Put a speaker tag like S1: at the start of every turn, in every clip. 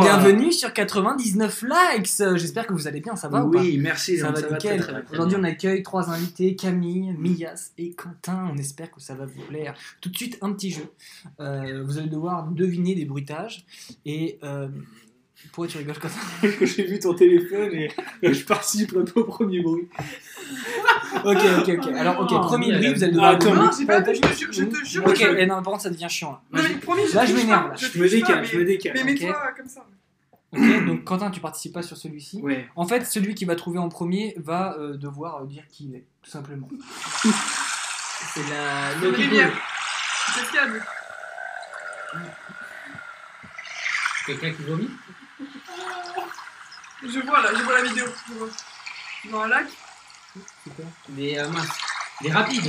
S1: Bienvenue sur 99 likes. Euh, J'espère que vous allez bien, ça va ou
S2: Oui, merci.
S1: pas Ça
S2: donc
S1: va
S2: très,
S1: nickel.
S2: très, très
S1: Aujourd'hui,
S2: bien.
S1: on accueille trois invités Camille, Mias et Quentin. On espère que ça va vous plaire. Tout de suite, un petit jeu. Euh, vous allez devoir deviner des bruitages et euh, pourquoi tu rigoles Quentin
S3: J'ai vu ton téléphone et je participe un peu au premier bruit.
S1: Ok, ok, ok. Alors, ok,
S2: Non,
S1: premier
S2: Oh, mais
S1: bruit,
S2: elle-
S1: vous allez devoir.
S3: Attends,
S1: deviner.
S4: Non, c'est pas- je te jure, je te jure que
S1: Ok,
S4: je-
S1: eh non, par contre, ça devient chiant. là.
S4: Non, mais promis,
S1: Là, je
S4: triche
S1: m'énerve,
S4: pas,
S1: là.
S3: Je me
S4: triche pas,
S3: décale, je me
S4: mais-
S3: décale.
S4: Mais
S1: Ok.
S4: mets-toi comme ça.
S1: Ok, donc Quentin, tu participes pas sur celui-ci.
S2: Ouais.
S1: En fait, celui qui va trouver en premier va euh, devoir euh, dire qui il est, tout simplement.
S2: C'est la
S4: Ah, C'est une
S2: Nokiko.
S4: rivière. C'est cascade.
S2: Quelqu'un qui vomit
S4: Je vois là, je vois la vidéo. je vois. Dans un lac.
S1: C'est quoi
S2: Des euh, mince. Des rapides.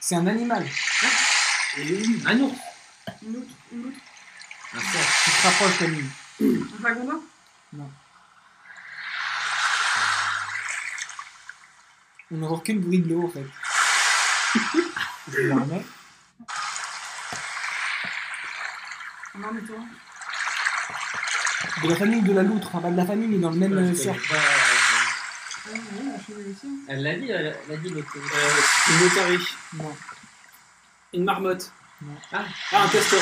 S1: C'est un animal.
S2: Un ours.
S4: Une autre, une autre.
S2: Un cerf.
S1: Tu te rapproches, Camille.
S4: Un vagabond.
S1: On n'entend que le bruit de l'eau, en fait. Je la remets.
S4: Un ornithorynque.
S1: De la famille de la loutre, enfin pas de la famille, mais dans le même
S2: Ouais,
S1: euh,
S2: je
S1: cercle.
S2: connais pas, euh,
S4: Ah, oui, je suis aussi.
S2: Elle l'a dit, elle elle l'a dit l'autre.
S3: Euh, une otarie.
S1: Non.
S3: Une marmotte.
S1: Non.
S3: Ah, ah, un castor.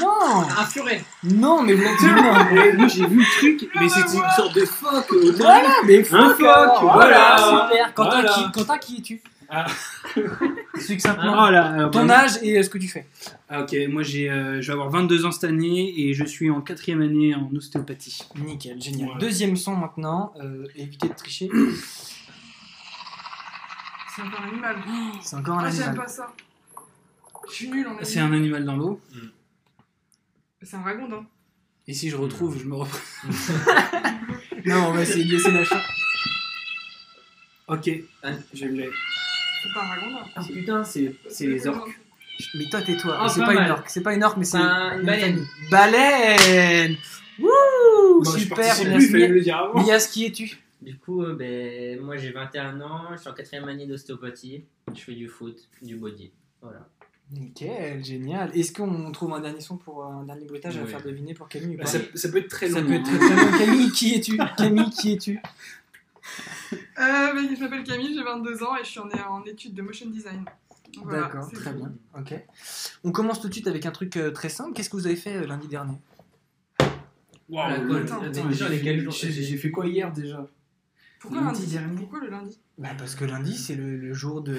S1: Non
S2: Un furet.
S1: Non, mais vous l'avez non
S3: Mais moi j'ai vu le truc, mais c'était une sorte de phoque euh, otarie.
S1: Voilà, mais fuck,
S3: fuck,
S1: alors,
S3: voilà.
S1: Super Quentin,
S3: Voilà.
S1: qui, Quentin, qui es-tu
S3: Ah.
S1: Succinctement.
S3: Ah, là, euh,
S1: Ton
S3: bah,
S1: âge et euh, ce que tu fais.
S3: ah, ok, moi j'ai, euh, je vais avoir 22 ans cette année et je suis en quatrième année en ostéopathie.
S1: Nickel, génial.
S3: Ouais.
S1: Deuxième son maintenant, euh, évitez de tricher.
S4: C'est encore un animal.
S1: C'est encore Oh, un
S4: Ah, j'aime
S1: animal.
S4: pas ça. Je suis nul en
S3: C'est un
S4: animal.
S3: animal dans l'eau.
S4: C'est un vagabond.
S3: Et si je retrouve, je me reprends.
S1: Non, on va essayer de laisser la chance.
S3: Ok, ah, je l'ai.
S4: C'est pas un vagabond.
S2: Ah putain, c'est.
S3: C'est les orques.
S1: Mais toi, tais-toi.
S2: Ah,
S1: c'est pas,
S2: pas mal.
S1: une orque, c'est pas une orque, mais c'est
S2: Un-
S3: Ah.
S2: une
S1: une
S2: baleine.
S1: famille. Baleine Wouh
S3: Bon, je
S1: Super
S3: participe plus, Oh, il fallait
S1: Mias,
S3: me le dire avant.
S1: Mias, qui es-tu
S5: Du coup, euh, ben, moi j'ai 21 ans, je suis en quatrième année d'ostéopathie, je fais du foot, du body. Voilà.
S1: Nickel, génial. Est-ce qu'on trouve un dernier son pour euh, un dernier bruitage à
S5: Oui.
S1: faire deviner pour Camille ou
S3: Bah,
S1: pas
S3: ça, ça peut être très long. hein.
S1: Ça peut être très très long. Camille, qui es-tu Camille, qui es-tu
S4: Euh, mais je m'appelle Camille, j'ai 22 ans et je suis en, en études de motion design. Donc, voilà,
S1: D'accord,
S4: c'est
S1: très
S4: tout.
S1: bien. Ok. On commence tout de suite avec un truc euh, très simple. Qu'est-ce que vous avez fait euh, lundi dernier
S3: Wow,
S2: Ah,
S3: ouais.
S4: attends,
S3: Attends,
S2: déjà,
S3: j'ai
S2: les quels
S3: fait-
S2: jours-
S3: j'ai- j'ai fait quoi hier déjà
S4: Pourquoi
S3: Lundi
S4: lundi
S3: dernier.
S4: Pourquoi le lundi
S1: bah, Parce que lundi, c'est le, le jour de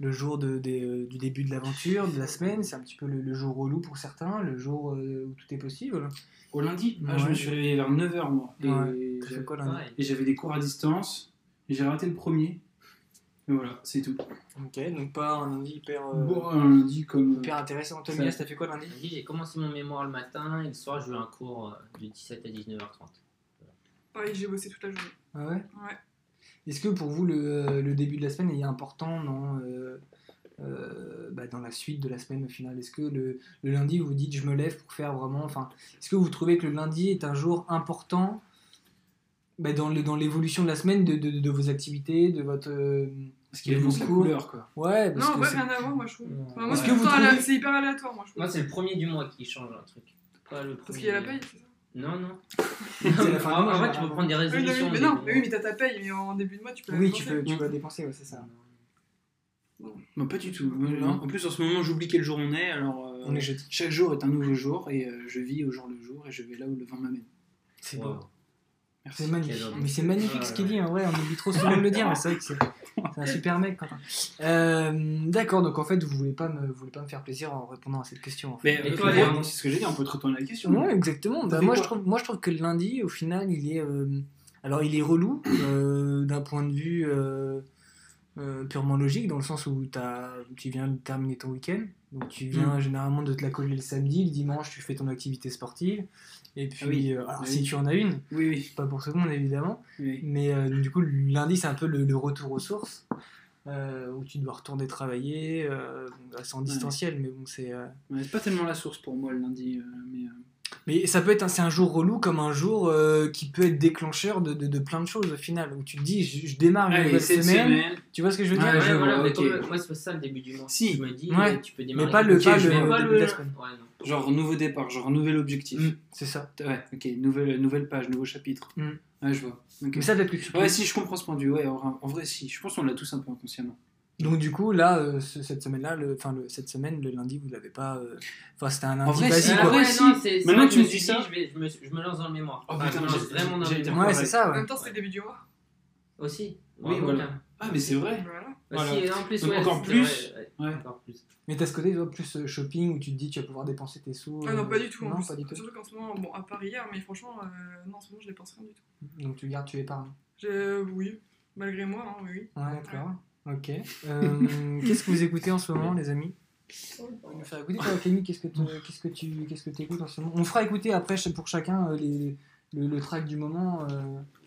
S1: le jour de, des, euh, du début de l'aventure, de la semaine. C'est un petit peu le, le jour relou pour certains, le jour euh, où tout est possible.
S3: Au lundi Ah,
S1: Ouais.
S3: Je me suis réveillé vers 9h moi. Et
S1: Ouais. T'as fait
S3: j'avais-
S1: quoi lundi
S5: Pareil.
S3: et j'avais des cours à distance. Et j'ai raté le premier. Et voilà, c'est tout.
S1: Ok, donc pas un lundi hyper, euh,
S3: Bon, un lundi comme. euh,
S1: hyper intéressant. Toi,
S3: ça-
S1: Mias, t'as fait quoi lundi
S5: Lundi, J'ai commencé mon mémoire le matin et le soir j'ai eu un cours euh, de 17 à 19h30.
S4: Pareil, j'ai bossé toute la journée.
S1: Ah ouais
S4: Ouais.
S1: Est-ce que pour vous, le, euh, le début de la semaine est important dans, euh, euh, bah, dans la suite de la semaine au final Est-ce que le, le lundi, vous vous dites je me lève pour faire vraiment. Enfin, Est-ce que vous trouvez que le lundi est un jour important bah, dans le- dans l'évolution de la semaine de, de- de vos activités, de votre. euh,
S3: Parce qu'il y a
S1: de vos
S3: beaucoup la
S1: cours
S3: couleur quoi.
S1: Ouais, parce
S4: Non, en
S1: que
S4: vrai,
S1: c'est-
S4: rien à voir, moi je trouve. Enfin, Ah, moi,
S1: Est-ce
S4: c'est
S1: que
S4: tout
S1: vous
S4: le temps à la-
S1: trouvez-
S4: c'est hyper aléatoire, moi je trouve.
S5: Moi c'est le premier du mois qui change un truc. Pas le
S4: Parce
S5: premier
S4: qu'il y a la
S5: du-
S4: paye, c'est ça
S5: Non, non.
S1: C'est la fin du
S5: en,
S1: mois,
S5: en vrai, tu
S1: généralement.
S5: peux prendre des
S4: Oui, non,
S5: résolutions.
S4: mais, mais
S5: au
S4: non,
S5: début.
S4: mais oui, mais t'as ta paye, mais en début de mois, tu peux la
S1: Oui, tu
S4: dépenser.
S1: peux, tu peux dépenser, ouais, c'est ça.
S3: Non, Bah, pas du tout. Hein.
S1: Non.
S3: En plus, en ce moment, j'oublie quel jour on est. Alors, euh,
S1: On est jeudi.
S3: chaque jour est un nouveau jour et euh, je vis au jour le jour et je vais là où le vent m'amène.
S1: C'est
S5: Wow.
S1: beau.
S3: Merci.
S1: C'est magnifique.
S5: Quel homme.
S1: Mais c'est magnifique
S5: Ah,
S1: ce qu'il
S5: ouais.
S1: dit, en vrai, on oublie trop souvent de le dire, mais c'est vrai que c'est c'est un super mec, Quentin. Euh, D'accord, donc en fait, vous voulez pas me, vous voulez pas me faire plaisir en répondant à cette question. En fait.
S3: Mais
S5: Et
S3: euh,
S5: toi,
S3: bon,
S5: Léon
S3: c'est ce que j'ai dit, on peut te retourner la question.
S1: Ouais, exactement. Bah,
S3: fait
S1: moi, je
S3: quoi
S1: trouve, moi, je trouve que le lundi, au final, il est. euh, alors, il est relou euh, d'un point de vue euh, euh, purement logique, dans le sens où t'as- tu viens de terminer ton week-end. Donc, tu
S3: Mm.
S1: viens généralement de te la coller le samedi, le dimanche, tu fais ton activité sportive. Et puis,
S3: Ah oui.
S1: euh, alors,
S3: Ah
S1: si
S3: oui.
S1: tu en as une,
S3: Oui, oui.
S1: pas pour tout le monde, évidemment.
S3: oui.
S1: Mais euh, du coup, le lundi, c'est un peu le, le retour aux sources, euh, où tu dois retourner travailler, euh, bon, bah, c'est en distanciel, mais bon, c'est... euh,
S3: Ouais, c'est pas tellement la source pour moi le lundi. euh, mais, euh,
S1: Mais ça peut être un, c'est un jour relou comme un jour euh, qui peut être déclencheur de, de, de plein de choses au final. Où tu te dis, je, je démarre une
S3: Allez,
S1: nouvelle
S3: cette
S1: Ah, semaine.
S3: semaine.
S1: Tu vois ce que je veux dire
S3: Ouais,
S5: Ouais,
S3: je
S5: voilà,
S3: vois,
S5: mais
S3: ok.
S5: comme- moi, c'est pas ça le début du mois.
S3: Si.
S5: Je me dis,
S1: Ouais.
S5: euh, tu peux démarrer.
S1: pas le-
S5: Ok,
S1: pas
S5: je
S1: le-
S5: vais-
S1: pas
S5: ouais,
S1: le- la semaine.
S5: non.
S3: Genre nouveau départ, genre nouvel objectif.
S1: Mm. C'est ça.
S3: Ouais, ok, nouvelle, nouvelle page, nouveau chapitre.
S1: Mm.
S3: Ouais, je vois. Ok.
S1: Mais ça peut être que tu
S3: Ouais, si, je comprends ce point de vue. Ouais, en, en vrai, si. Je pense qu'on l'a tous un peu inconsciemment.
S1: Donc du coup là, euh, ce- cette semaine-là, le- enfin le, cette semaine, le lundi, vous l'avez pas. euh, Enfin c'était un lundi
S3: vrai,
S5: Ouais,
S1: basique.
S3: si,
S1: quoi.
S5: Ah, ouais,
S3: ouais,
S5: non,
S3: si.
S5: c'est- c'est
S3: Maintenant
S5: vrai
S3: que tu
S5: je
S3: me dis
S5: me suis
S3: ça-
S5: dit, Je, vais- je me, je me lance dans le mémoire.
S3: Oh,
S5: Enfin,
S3: putain,
S5: je me lance
S3: j'ai-
S5: vraiment dans le
S3: j'ai-
S5: mémoire.
S1: Ouais, c'est ça.
S4: En
S1: Ouais.
S4: même temps, c'est le début du mois.
S5: Aussi.
S3: Oui,
S5: Ouais,
S3: voilà. Ah, mais c'est vrai.
S4: Voilà.
S5: Aussi,
S3: Voilà.
S5: et en plus,
S3: Donc,
S5: ouais,
S3: encore
S5: c'est
S3: plus.
S5: vrai, ouais,
S3: Ouais.
S5: Encore plus.
S1: Mais t'as ce côté toi, plus euh, shopping où tu te dis tu vas pouvoir dépenser tes sous.
S4: Ah
S1: euh,
S4: non, pas du tout. en
S1: Non,
S4: plus.
S1: pas du tout.
S4: Surtout qu'en ce moment, bon, à part hier, mais franchement, euh, non, en ce moment, je dépense rien du tout.
S1: Donc tu gardes, tu épargnes.
S4: Je- Oui, malgré moi, hein, oui, oui.
S1: Ouais, d'accord. Ok. Euh, qu'est-ce que vous écoutez en ce moment, les amis On va nous faire écouter, toi, Camille, qu'est-ce que te- qu'est-ce que tu qu'est-ce que t'écoutes en ce moment On fera écouter après ch- pour chacun euh, les, le, le track du moment. euh.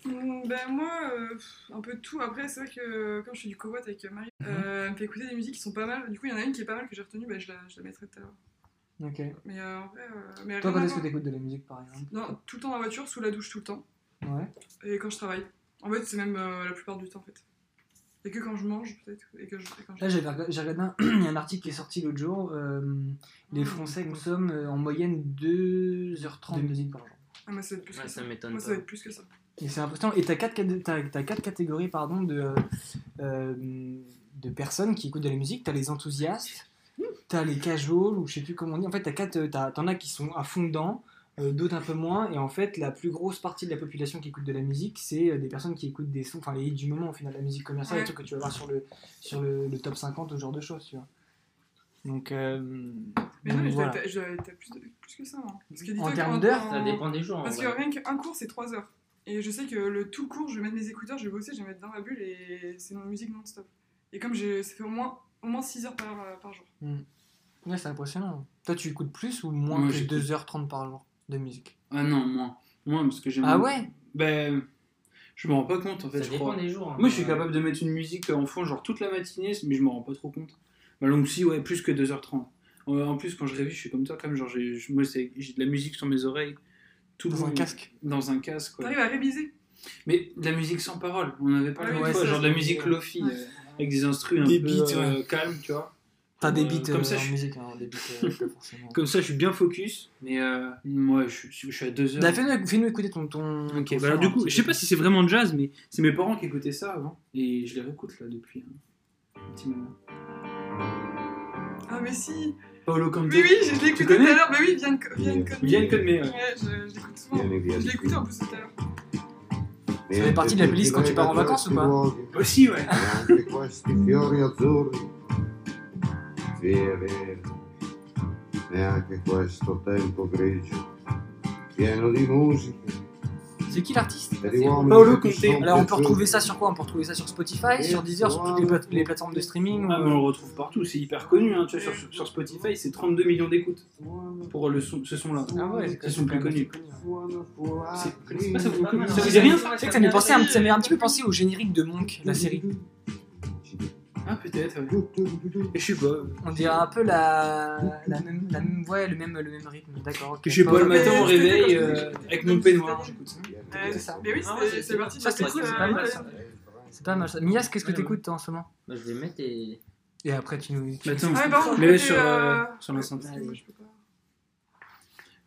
S4: Mm, Ben moi, euh, pff, un peu de tout. Après, c'est vrai que euh, quand je suis du covoit avec euh, Marie,
S1: Mhm.
S4: euh, elle me fait écouter des musiques qui sont pas mal. Du coup, il y en a une qui est pas mal que j'ai retenue, ben, je, la, je la mettrai tout à l'heure.
S1: Ok.
S4: Mais euh, en vrai, euh, mais
S1: Toi,
S4: rien
S1: quand
S4: à
S1: est-ce que
S4: voir.
S1: t'écoutes de la musique, par exemple
S4: Non, tout le temps dans la voiture, sous la douche, tout le temps.
S1: Ouais.
S4: Et quand je travaille. En fait, c'est même euh, la plupart du temps, en fait. Et que quand je mange, peut-être. Et que je, et quand je...
S1: Là, j'avais rega- j'ai regardé un, il y a un article qui est sorti l'autre jour. euh, les Français consomment euh, en moyenne 2h30 de musique par jour.
S4: Ah, moi, ça va être plus
S5: Ouais,
S4: que
S5: ça
S4: ça.
S5: m'étonne
S4: Moi, ça va
S5: pas.
S4: être plus que ça.
S1: Et c'est impressionnant. Et t'as quatre, cat- t'as, t'as quatre catégories pardon, de, euh, euh, de personnes qui écoutent de la musique. T'as les enthousiastes, t'as les casuals, ou je sais plus comment on dit. En fait, t'as quatre, euh, t'as- t'en as qui sont à fond dedans, euh, d'autres un peu moins. Et en fait, la plus grosse partie de la population qui écoute de la musique, c'est euh, des personnes qui écoutent des sons, enfin les hits du moment au final, la musique commerciale,
S4: Ouais.
S1: les trucs que tu vas voir sur le, sur le, le top 50, ce genre de choses, tu vois. Donc, euh,
S4: Mais non,
S1: donc
S4: mais je dois
S1: voilà.
S4: être- je dois être à plus, de- plus que ça. hein. Parce que
S1: En
S4: dis-toi
S1: termes
S4: qu'en-
S1: d'heures,
S4: en-
S5: Ça dépend des jours. en
S4: Parce que
S5: vrai.
S4: rien qu'un cours, c'est 3 heures. Et je sais que le tout cours, je vais mettre mes écouteurs, je vais bosser, je vais mettre dans ma bulle et c'est une musique non-stop. Et comme j'ai- ça fait au moins, au moins 6 heures par, euh, par jour.
S1: Ouais, c'est impressionnant. Toi, tu écoutes plus ou moins
S3: Moi,
S1: que
S3: j'écoute.
S1: 2h30 par jour de musique
S3: Ah non, moi. Moi, parce que j'aime.
S1: Ah ouais
S3: Ben. Je me rends pas compte, en fait,
S5: Ça
S3: je
S5: dépend
S3: crois.
S5: des jours. hein.
S3: Moi, je suis capable de mettre une musique en fond, genre toute la matinée, mais je me rends pas trop compte. Bah, donc, si, ouais, plus que 2h30. Euh, En plus, quand je réveille, je suis comme toi, quand même. Genre, j'ai je- moi, c'est- j'ai de la musique sur mes oreilles. Tout le
S1: Dans un
S3: monde-
S1: casque
S3: Dans un casque, ouais.
S4: T'arrives à réviser
S3: Mais de la musique sans parole, on en avait parlé
S4: Ouais,
S3: une
S4: ouais,
S3: fois,
S4: ça,
S3: genre de la
S1: c'est-
S3: musique lofi,
S4: Ouais.
S3: euh, avec des instrus un
S1: Des
S3: peu
S1: beats,
S3: euh, calmes, tu vois.
S1: T'as des
S3: Euh,
S1: beats
S3: comme
S1: euh,
S3: ça,
S1: en
S3: je-
S1: musique, hein, des beats euh, pas forcément.
S3: Comme ça, je suis bien focus, mais euh, moi, je, suis- je suis à 2h.
S1: Bah, fais-nous fais-nous écouter ton. ton
S3: Ok,
S1: ton son
S3: bah alors
S1: hein,
S3: du
S1: un
S3: coup,
S1: petit
S3: je sais
S1: peu.
S3: pas si c'est vraiment jazz, mais c'est mes parents qui écoutaient ça avant. Et je les réécoute là depuis un un petit moment.
S4: Ah, mais si
S3: Paolo Conte.
S4: Oui, oui, je, je l'ai
S3: Tu
S4: écouté tout
S3: connais
S4: à l'heure. Mais oui, Vianne Co- Vianne Conte.
S3: Yann Codemey, ouais.
S4: Ouais, je, je l'écoute souvent. Je l'ai écouté en plus tout à l'heure.
S1: Ça fait partie de la playlist quand tu pars en vacances ou pas
S3: Aussi, ouais.
S6: Anche questi fiori azzurri, via verde, neanche questo tempo grigio, pieno di musica,
S1: C'est qui l'artiste
S6: per gli uomini
S3: Paolo
S6: che
S3: Conte.
S6: sono
S1: Alors, on peut
S6: piaciuti.
S1: retrouver ça sur quoi On peut retrouver ça sur Spotify,
S6: Et
S1: sur Deezer, sur toutes les, plate- les plateformes de streaming.
S3: Ah, mais on le retrouve partout, c'est hyper connu. hein, tu vois, sur, sur Spotify, c'est 32 millions d'écoutes pour le son, ce son-là.
S1: Ah ouais,
S3: Ils sont plus
S1: quand même
S3: connus.
S1: assez connu.
S6: Buono fuoco.
S3: C'est- c'est pas ça vous
S5: Pas mal,
S3: Ça
S5: hein.
S3: vous dit rien
S1: Tu sais que ça m'est pensé un, ça m'est un petit peu pensé au générique de Monk, la série.
S3: Ah, peut-être. ouais. Et je sais pas.
S1: On dirait un peu la, la même, la même ouais, le même, le même rythme. D'accord. ok.
S3: Je sais pas, le matin, on
S4: Mais c'était quand
S3: réveille
S4: je
S3: euh,
S4: j'étais
S3: avec
S4: comme
S3: mon
S4: ça,
S3: peignoir.
S4: c'était-
S3: J'écoute ça.
S6: Eh,
S1: c'est ça.
S4: Mais oui,
S5: Ah ouais,
S4: c'est
S5: c'est-
S4: c'est parti de
S1: ça,
S4: la
S1: c'est cool,
S4: playlist,
S1: c'est pas
S4: euh,
S1: mal,
S4: italienne.
S1: C'est pas mal ça. Mias, qu'est-ce que
S3: Euh,
S5: Ouais,
S1: t'écoutes toi, en ce moment
S5: Bah, je vais mettre et.
S1: Et après, tu nous. tu-
S3: Mais attends,
S4: Ah ouais, pardon,
S3: mais
S4: mais
S3: sur, euh,
S4: euh,
S3: sur la
S4: parce que moi, je peux pas.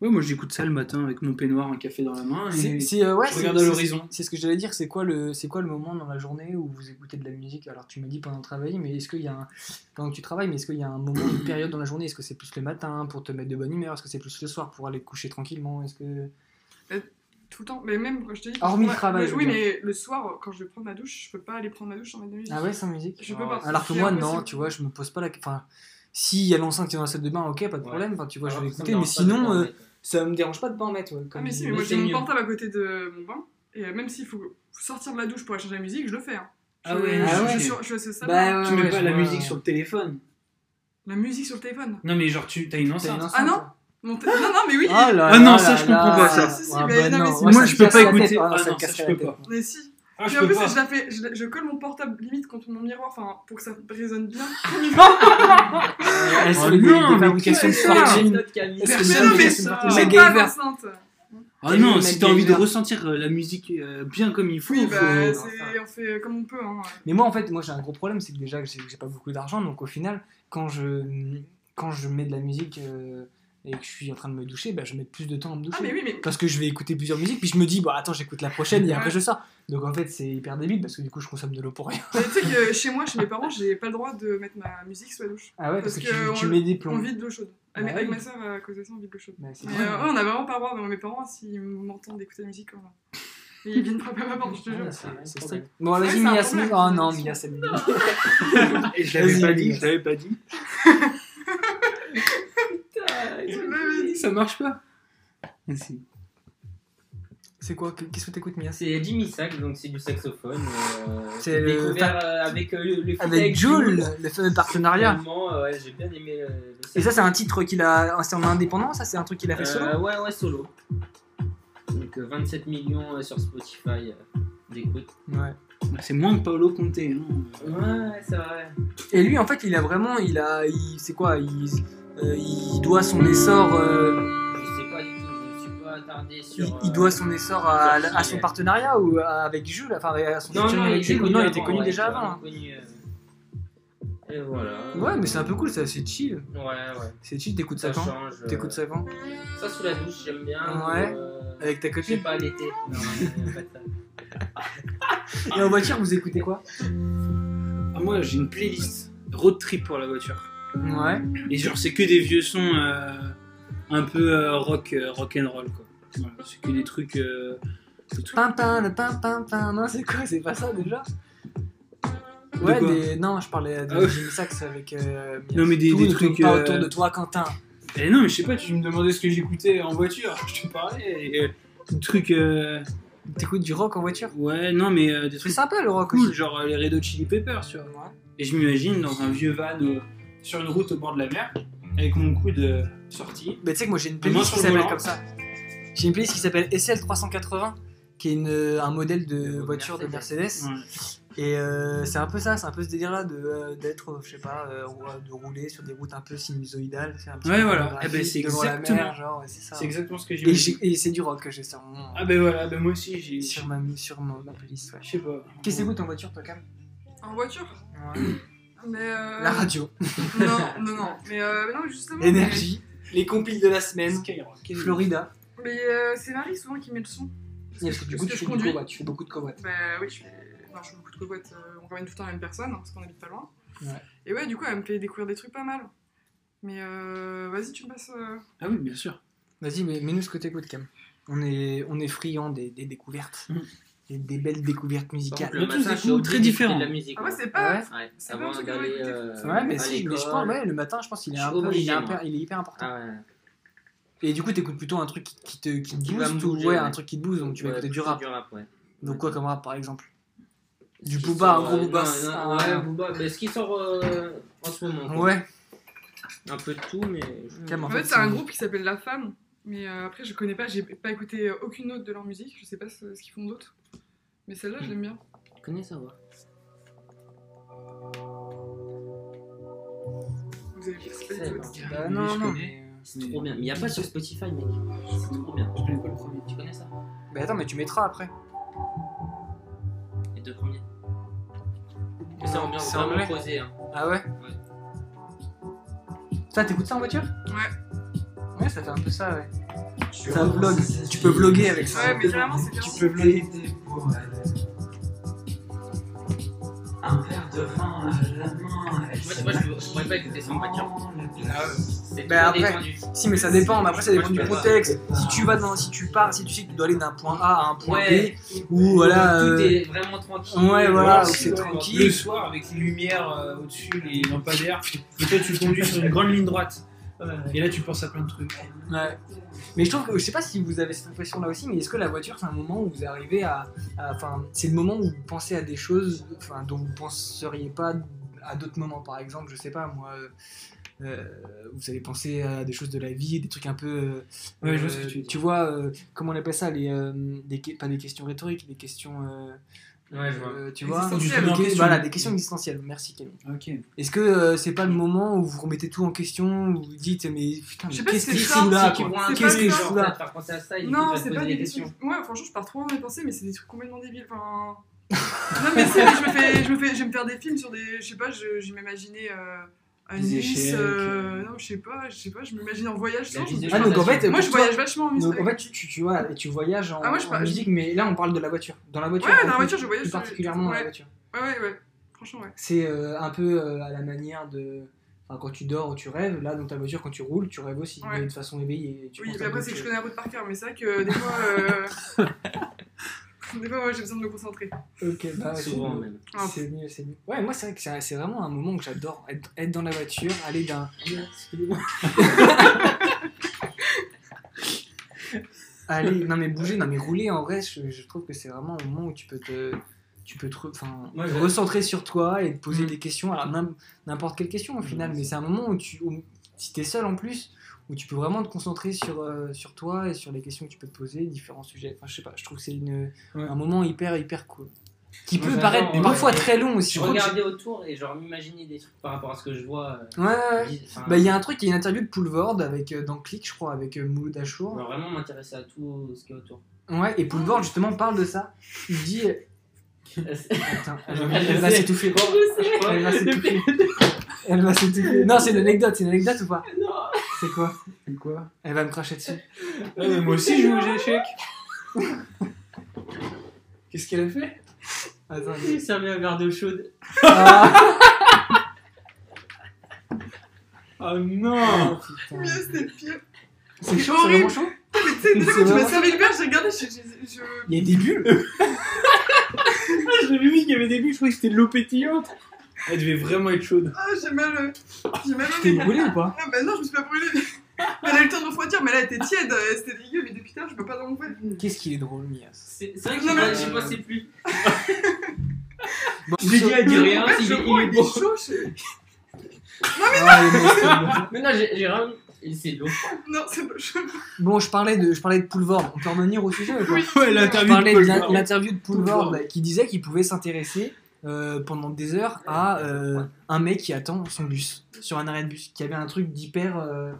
S3: Ouais, moi j'écoute ça le matin avec mon peignoir, un café dans la main.
S1: C'est,
S3: Et...
S1: c'est, euh, ouais,
S3: Je
S1: c'est-
S3: regarde à
S1: c'est-
S3: l'horizon.
S1: C'est ce que j'allais dire, c'est quoi, le, c'est quoi le moment dans la journée où vous écoutez de la musique Alors tu m'as dit pendant le travail, mais est-ce qu'il y a un, pendant que tu travailles, mais est-ce qu'il y a un moment, une période dans la journée Est-ce que c'est plus le matin pour te mettre de bonne humeur Est-ce que c'est plus le soir pour aller te coucher tranquillement Est-ce que
S4: Tout le temps. Mais même quand je t'ai dit.
S1: Hormis
S4: Ouais,
S1: le travail,
S4: mais-
S1: je
S4: Oui,
S1: veux dire.
S4: mais le soir, quand je vais prendre ma douche, je peux pas aller prendre ma douche sans mettre de musique.
S1: ah ouais sans musique
S4: Je peux pas.
S1: Alors que
S4: C'est
S1: moi non,
S4: impossible.
S1: tu vois, je me pose pas la, enfin s'il y a l'enceinte qui est dans la salle de bain, ok, pas de
S5: Ouais.
S1: problème. Enfin tu vois, je
S5: Alors,
S1: vais
S5: ça me
S1: écouter, mais
S5: dérange pas de
S1: sinon
S5: pas en
S1: euh,
S5: mettre.
S1: ça me dérange pas de pas en mettre. ouais,
S4: Ah
S1: comme-
S4: mais si, mais
S5: Mais
S4: moi
S5: c'est
S4: j'ai mon
S5: mieux.
S4: portable à côté de mon bain, et euh, même s'il faut faut sortir de la douche pour aller changer la musique, je le fais. hein.
S3: Ah
S4: Je-
S3: ouais.
S4: je,
S1: Ah
S4: je-
S1: ouais.
S4: je- je- je fais ça.
S1: Bah,
S4: là.
S1: ouais,
S3: Tu mets
S1: ouais,
S3: pas
S1: je
S3: la
S1: vois.
S3: musique sur le téléphone.
S4: La musique sur le téléphone.
S3: Non, mais genre, tu as une
S1: T'as une
S3: enceinte.
S1: enceinte,
S4: Ah non
S1: toi.
S4: Mon tél- non, non, mais oui.
S1: Ah là
S3: Ah
S1: là
S3: non, ça,
S1: là
S3: je comprends
S1: là.
S3: pas, ça.
S1: Ah
S4: Si, si,
S1: bah
S4: mais non, mais
S1: non,
S4: si.
S1: ouais,
S3: Moi,
S1: ça
S3: je
S1: me
S3: peux
S1: casse
S3: pas
S1: la tête.
S3: écouter.
S1: Ah non,
S3: Ah
S1: ça me
S3: non, ça,
S1: casse
S3: je
S1: la
S3: peux
S1: tête.
S3: pas.
S4: Mais si.
S3: Ah,
S4: Puis
S3: je
S4: en
S3: peux
S4: plus,
S3: pas.
S4: je, la fais, je, la- je colle mon portable limite contre mon miroir, enfin, pour que ça résonne bien.
S1: Elles sont
S3: Ah
S1: des-
S3: non,
S1: des
S3: mais
S1: fabrications
S3: qui fait ça
S1: fortunes.
S5: Note Calvi.
S1: Est-ce que
S4: Personne
S1: c'est-
S4: fait
S1: c'est
S4: ça.
S1: Martin
S4: J'ai pas
S1: MacGyver
S4: d'enceinte.
S3: Ah non,
S1: Mec
S3: si t'as envie de
S1: gamer.
S3: ressentir euh, la musique euh, bien comme il faut,
S4: Oui,
S3: faut-
S1: euh,
S4: bah, c'est- on fait comme on peut. Hein.
S1: Mais moi, en fait, moi j'ai un gros problème, c'est que déjà, j'ai j'ai pas beaucoup d'argent, donc au final, quand je, quand je mets de la musique euh, et que je suis en train de me doucher, bah, je mets plus de temps à me
S4: Ah,
S1: doucher.
S4: mais oui, mais
S1: Parce que je vais écouter plusieurs musiques, puis je me dis, bah attends, j'écoute la prochaine et après je sors. Donc en fait, c'est hyper débile parce que du coup, je consomme de l'eau pour rien.
S4: mais tu sais que chez moi, chez mes parents, j'ai pas le droit de mettre ma musique sous la douche.
S1: Ah ouais, parce,
S4: Parce
S1: que, tu-
S4: que
S1: tu,
S4: on-
S1: mets des
S4: On
S1: plombs.
S4: vide de l'eau chaude.
S1: Bah
S4: Avec, avec
S1: oui.
S4: ma soeur, à cause de ça, on vide de l'eau chaude.
S1: Bah, c'est
S4: Mais
S1: vrai.
S4: euh, ouais, on a vraiment pas le droit. Mes parents, s'ils m'entendent d'écouter la musique, quand ils viennent frapper à ma porte, je te jure.
S1: Ouais, c'est-
S5: Ouais,
S1: c'est
S5: problème.
S1: strict. Bon,
S4: Ouais,
S1: vas-y,
S4: c'est un
S1: Mia
S4: problème.
S1: Smith. Oh non, Mia Smith.
S3: Et je l'avais
S1: Vas-y,
S3: pas dit,
S1: Miguel.
S3: je l'avais pas dit.
S4: Tu l'avais dit.
S3: Ça marche pas. Si.
S1: C'est quoi que- Qu'est-ce que t'écoutes, Mia
S5: C'est Jimmy Sack, donc c'est du saxophone. euh,
S1: C'est
S5: j'ai
S1: le
S5: découvert euh, avec euh, le, le feat
S1: Avec Jules, le fameux partenariat.
S5: Vraiment, euh, ouais, j'ai bien aimé. euh, le
S1: Et ça, c'est un titre qu'il a. C'est en indépendant, ça C'est un truc qu'il a fait solo
S5: Euh, Ouais, ouais, solo. Donc euh, 27 millions euh, sur Spotify euh, d'écoute.
S1: Ouais.
S3: C'est moins que Paolo Conte. hein.
S5: Ouais, c'est vrai.
S1: Et lui, en fait, il a vraiment. Il a. il- C'est quoi il, euh, il doit son essor. euh,
S5: Je sais pas du tout, je me suis pas attardé sur.
S1: il,
S5: euh,
S1: il doit son essor à,
S5: sur qui,
S1: à son
S5: ouais.
S1: partenariat ou à- avec Jules Enfin, à son
S5: Non,
S1: featuring
S5: non,
S1: avec Jules ou Non, il était
S5: avant,
S1: connu
S5: ouais,
S1: déjà
S5: il était
S1: avant. hein.
S5: vraiment connu, euh, Et voilà.
S1: Ouais, mais c'est un peu cool, ça, c'est chill.
S5: Ouais, ouais.
S1: C'est chill, t'écoutes ça
S5: Ça
S1: quand
S5: change. euh,
S1: T'écoutes ça quand
S5: Ça sous la douche, j'aime bien.
S1: Ouais.
S5: euh,
S1: Avec ta
S5: Je sais
S1: copine
S5: pas, l'été. Non, euh, pas de ça.
S1: Et en voiture, vous écoutez quoi
S3: Ah, moi, j'ai une playlist road trip pour la voiture.
S1: Ouais.
S3: Et genre, c'est que des vieux sons euh, un peu euh, rock, euh, rock and roll quoi. Voilà, c'est que des trucs. euh, des trucs-
S1: Pimpin, le pimpin, non, c'est quoi C'est pas ça déjà
S3: De
S1: Ouais,
S3: quoi
S1: des... non, je parlais de
S3: Ah ouais.
S1: Jimmy Sax avec. euh,
S3: Non, mais des-
S1: Tout
S3: des
S1: ne tourne
S3: trucs,
S1: Pas
S3: euh,
S1: autour de toi, Quentin.
S3: Eh non, mais je sais pas, tu me demandais ce que j'écoutais en voiture. Je te parlais. et, euh, des trucs. euh,
S1: T'écoutes du rock en voiture
S3: Ouais, non, mais euh, des
S1: C'est
S3: trucs
S1: sympa le rock
S3: cool,
S1: aussi.
S3: genre euh, les Red Hot Chili Peppers, tu vois.
S1: Ouais.
S3: Et je m'imagine dans un vieux van euh, sur une route au bord de la mer, avec mon coude euh, sorti.
S1: Bah, tu sais que moi j'ai une
S3: Moi,
S1: playlist
S3: sur
S1: qui
S3: le
S1: s'appelle
S3: volant.
S1: comme ça. J'ai une playlist qui s'appelle SL380, qui est une- euh, un modèle de
S5: De
S1: voiture de
S5: Mercedes.
S1: Mercedes. Et euh, c'est un peu ça, c'est un peu ce délire là de euh, d'être, euh, je sais pas, euh, rou- de rouler sur des routes un peu sinusoïdales. c'est un petit
S3: Ouais,
S1: peu
S3: voilà.
S1: chorégraphique,
S3: Eh ben, c'est
S1: devant la
S3: exactement-
S1: mer, genre, ouais, c'est ça.
S3: C'est exactement ce que j'ai
S1: Et,
S3: mis.
S1: j'ai- et c'est du rock que j'ai sur mon.
S3: Ah ben voilà, ben moi aussi j'ai.
S1: sur ma, sur mon- ma playlist, ouais.
S3: Je sais pas.
S1: Qu'est-ce que t'écoutes en voiture, toi, Cam
S4: En voiture Mais euh...
S1: La radio,
S4: Non, non, non. Mais euh, non, mais justement.
S1: l'énergie, les compiles de la semaine,
S3: Skyrock.
S1: Florida.
S4: Mais, mais, euh, c'est Marie souvent qui met le son. Parce
S1: Parce que du coup,
S4: parce
S1: tu
S4: que
S1: fais
S4: je
S1: du
S4: conduis.
S1: covoit, tu fais beaucoup de covoit.
S4: Bah oui, je fais, non, je fais beaucoup de covoites. euh, on ramène tout le temps la même personne hein, parce qu'on habite pas loin.
S1: Ouais.
S4: Et ouais, du coup, elle me fait découvrir des trucs pas mal. Mais euh, vas-y, tu me passes. euh,
S3: Ah oui, bien sûr.
S1: Vas-y, mais mets-nous ce que t'écoutes, Cam. On est, on est friands des, des découvertes,
S3: Mhm.
S1: des, des belles découvertes musicales.
S3: le
S5: Le
S3: tous
S5: matin,
S3: des
S5: j'ai
S3: goûts
S5: oublié
S3: très
S5: d'écouter
S3: différents.
S5: de la musique.
S4: Ah ouais,
S5: moi.
S4: c'est pas.
S5: Ouais,
S4: C'est pas un
S5: avant
S4: truc
S5: d'aller.
S4: que j'aurais
S5: euh,
S1: Ouais, mais
S5: à
S1: si, mais je
S5: l'école.
S1: pense, ouais, le matin, Ah, je pense qu'il est
S5: Je
S1: un
S5: suis
S1: peu,
S5: obligé,
S1: il est
S5: moi.
S1: hyper, il est hyper important.
S5: Ah ouais.
S1: Et du coup, t'écoutes plutôt un truc qui, qui te, qui te
S5: Qui va me
S1: booste ou
S5: bouger,
S1: ouais,
S5: ouais.
S1: un truc qui te booste, donc tu vas
S5: Ouais,
S1: écouter du
S5: plutôt
S1: rap.
S5: Du rap, ouais.
S1: Donc quoi comme rap, par exemple Du
S5: Qui
S1: Booba, un
S5: sort,
S1: gros
S5: euh,
S1: Booba. Ah.
S5: non, non,
S1: un-
S5: Ouais, Booba. Mais ce qui sort euh, en ce moment. quoi.
S1: Ouais,
S5: Un peu de tout, mais.
S1: Cam,
S4: En fait, c'est un groupe qui s'appelle La Femme. Mais euh, après, je connais pas, j'ai pas écouté euh, aucune autre de leur musique. Je sais pas ce, ce qu'ils font d'autre. Mais celle-là, je l'aime bien.
S5: Je connais ça, ouais.
S4: Vous avez c'est pas du tout votre style.
S1: Bah
S3: Oui,
S1: non,
S3: je
S1: non,
S3: connais.
S1: mais...
S5: C'est trop bien. Mais y a pas sur Spotify, mec. C'est trop bien.
S3: Je connais pas le premier.
S5: Tu connais ça
S1: Bah attends, mais tu mettras après.
S5: Les deux premiers. Mais c'est ambiance
S1: C'est en
S5: vraiment
S1: vrai.
S5: posée. Hein.
S1: Ah ouais Ça, t'écoutes ça en voiture
S4: Ouais.
S1: Ouais, ça fait un peu ça, ouais.
S5: Tu
S1: Ça vlog. Tu peux vlogger avec ça.
S4: Ouais, mais vraiment, c'est bien.
S1: peux vlogger.
S7: Un verre de vin à la main. elle
S5: Moi,
S7: se
S5: tu vois, je peux- je pourrais pas écouter ça en voiture. Ah
S7: prend la place.
S5: C'est
S1: Bah,
S5: trop
S1: après.
S5: détendu.
S1: Si, mais ça dépend. Mais après, ça
S5: Moi,
S1: dépend
S5: je
S1: du
S5: peux pas.
S1: contexte. Si tu vas dans, si tu pars, si tu sais que tu dois aller d'un point A à un point
S5: Ouais.
S1: B, ou voilà.
S5: Tout
S1: euh,
S5: est vraiment tranquille.
S1: Ouais, voilà,
S5: Ouais,
S1: c'est
S5: ouais.
S1: tranquille.
S3: Le soir, avec les lumières euh, au-dessus, les lampadaires, et toi tu conduis sur une grande ligne droite. Euh, Et là tu penses à plein de trucs.
S1: Ouais. Mais je trouve que je sais pas si vous avez cette impression là aussi, mais est-ce que la voiture c'est un moment où vous arrivez à, à- enfin c'est le moment où vous pensez à des choses, enfin dont vous penseriez pas à d'autres moments. Par exemple, je sais pas moi, euh, euh, vous allez penser à des choses de la vie, des trucs un peu. euh,
S3: Ouais, je vois ce que tu veux dire.
S1: vois, euh, comment on appelle ça les, euh, des, que- Pas des questions rhétoriques, des questions. euh,
S5: Ouais, je vois.
S1: euh, tu vois
S4: Existentielles.
S1: des que-
S3: Questions.
S1: Voilà, des questions existentielles. Merci, Camille.
S3: Ok.
S1: Est-ce que euh, c'est pas le moment où vous remettez tout en question, où vous dites, mais putain,
S4: Je sais
S1: mais
S4: pas
S1: qu'est-ce
S4: si
S1: que
S4: c'est
S1: je
S4: ça,
S1: fous là
S4: c'est
S1: quoi
S4: qu'ils vont C'est
S1: Qu'est-ce
S4: pas
S1: que je
S4: ça.
S1: fous là
S5: faire penser à ça, il
S4: Non,
S5: faut
S4: c'est
S5: poser
S4: pas
S5: des
S4: des
S5: questions.
S4: questions. Ouais, franchement, je pars trop dans mes pensées, mais c'est des trucs complètement débiles. Enfin. non, mais c'est, je me fais, je me fais, je vais me faire des films sur des, je sais pas, je, je m'imaginais euh, à
S3: Des
S4: Nice,
S3: échecs,
S4: euh,
S3: euh.
S4: non, je sais pas, je sais pas, je m'imagine en voyage.
S5: La
S4: sans,
S5: vie
S4: je-
S5: de
S1: Ah, donc en fait,
S4: moi,
S1: pour
S4: je
S1: toi-
S4: voyage vachement en musique.
S1: donc, en fait, tu, tu, tu vois, et tu voyages en,
S4: Ah, moi, je
S1: en
S4: pars-
S1: musique, mais là on parle de la voiture. Dans la voiture.
S4: Ouais,
S1: en
S4: dans la
S1: plus,
S4: voiture, je voyage
S1: plus
S4: sur-
S1: particulièrement dans la
S4: ouais.
S1: voiture.
S4: Ouais, ouais, ouais. Franchement, ouais.
S1: C'est euh, un peu euh, à la manière de. Enfin, quand tu dors ou tu rêves, là dans ta voiture, quand tu roules, tu rêves aussi,
S4: Ouais.
S1: mais de façon éveillée. et tu
S4: oui,
S1: penses
S4: mais
S1: à
S4: après,
S1: d'autres
S4: c'est que je
S1: choses.
S4: connais la route par cœur, mais c'est vrai que des fois, euh, des fois, ouais, j'ai besoin de me concentrer.
S1: Ok, bah ouais, c'est
S5: Souvent
S1: mieux.
S5: même.
S4: Ah,
S1: C'est mieux, c'est mieux. Ouais, moi c'est vrai que c'est c'est vraiment un moment que j'adore. Être, être dans la voiture, aller d'un. Aller, non mais bouger, non mais rouler en vrai, je, je trouve que c'est vraiment un moment où tu peux te. Tu peux te, re- enfin,
S5: Moi,
S1: te
S5: je-
S1: recentrer sur toi et te poser
S3: Mm.
S1: des questions. Alors n'im- n'importe quelle question au final, mais c'est un moment où tu. où- si t'es seul en plus, où tu peux vraiment te concentrer sur, euh, sur toi et sur les questions que tu peux te poser, différents sujets. Enfin, je sais pas, je trouve que c'est une,
S3: Ouais.
S1: un moment hyper, hyper cool. Qui
S3: Moi,
S1: peut
S3: j'adore,
S1: paraître
S5: ouais.
S1: parfois très long aussi.
S5: Je regardais autour et genre m'imaginer des trucs par rapport à ce que je vois. euh,
S1: Ouais, ouais. ouais. Bah, il
S5: il
S1: y a un truc, il y a une interview de Poulvord avec, euh, dans Click, je crois, avec euh, Mouloud Achour.
S5: vraiment m'intéresser à tout ce qui est autour.
S1: Ouais, et Poulvord justement parle de ça. Il dit. euh, Attends, elle va- elle va
S5: Je sais.
S1: s'étouffer.
S5: Je
S1: Elle va
S5: crois-
S1: s'étouffer. Elle va s'étouffer. Non, c'est une anecdote, c'est une anecdote ou pas
S5: Non.
S1: C'est quoi
S3: C'est quoi
S1: Elle va me cracher dessus.
S3: Ah, Moi aussi, je joue aux échecs.
S1: Qu'est-ce qu'elle a fait Attends.
S5: Je me suis servi un verre d'eau chaude.
S1: Ah,
S3: Ah non
S1: putain.
S4: Mieux, c'était pire.
S1: C'est chaud, c'est
S4: horrible.
S1: vraiment chaud
S4: Mais tu sais,
S1: C'est
S4: déjà, quand tu m'as
S1: vraiment-
S4: servi le verre, j'ai regardé, je. je- je-
S1: Il y a des bulles
S3: J'ai Ah, vu qu'il y avait des bulles, je croyais que c'était de l'eau pétillante. Elle Ah, devait vraiment être chaude.
S4: Ah, j'ai mal. euh, J'ai mal au
S1: T'es
S4: nez.
S1: brûlé ou pas
S4: Ah, bah non, je me suis pas brûlée. Mais elle a eu le temps de refroidir, mais là, elle était tiède, euh, c'était dégueu, mais depuis tard, je peux pas dans mon verre.
S1: Qu'est-ce qu'il est drôle, Mias
S5: C'est c'est vrai
S4: Non, mais-
S5: que j'y pensais plus.
S1: Bon,
S5: J'ai dit à
S4: Le
S5: dire rien,
S4: verre,
S5: il
S4: je
S5: est-
S4: prends,
S5: il est
S4: il est
S5: beau.
S4: chaud. je-
S1: ah, il est monstrueux.
S5: Mais non, j'ai j'ai vraiment. Et C'est l'eau.
S4: Non, c'est pas chaud.
S1: Bon, je parlais de, je parlais de Poulvord. On peut revenir au sujet ou pas
S4: Oui.
S3: Ouais,
S1: Je
S3: l'interview
S1: parlais
S3: de
S1: de
S3: Paul
S1: l'in-
S3: Blanc.
S1: l'interview de Poulvord
S3: Poulvord.
S1: là, qui disait qu'il pouvait s'intéresser euh, pendant des heures à euh, un mec qui attend son bus sur un arrêt de bus, qui avait un truc d'hyper. euh,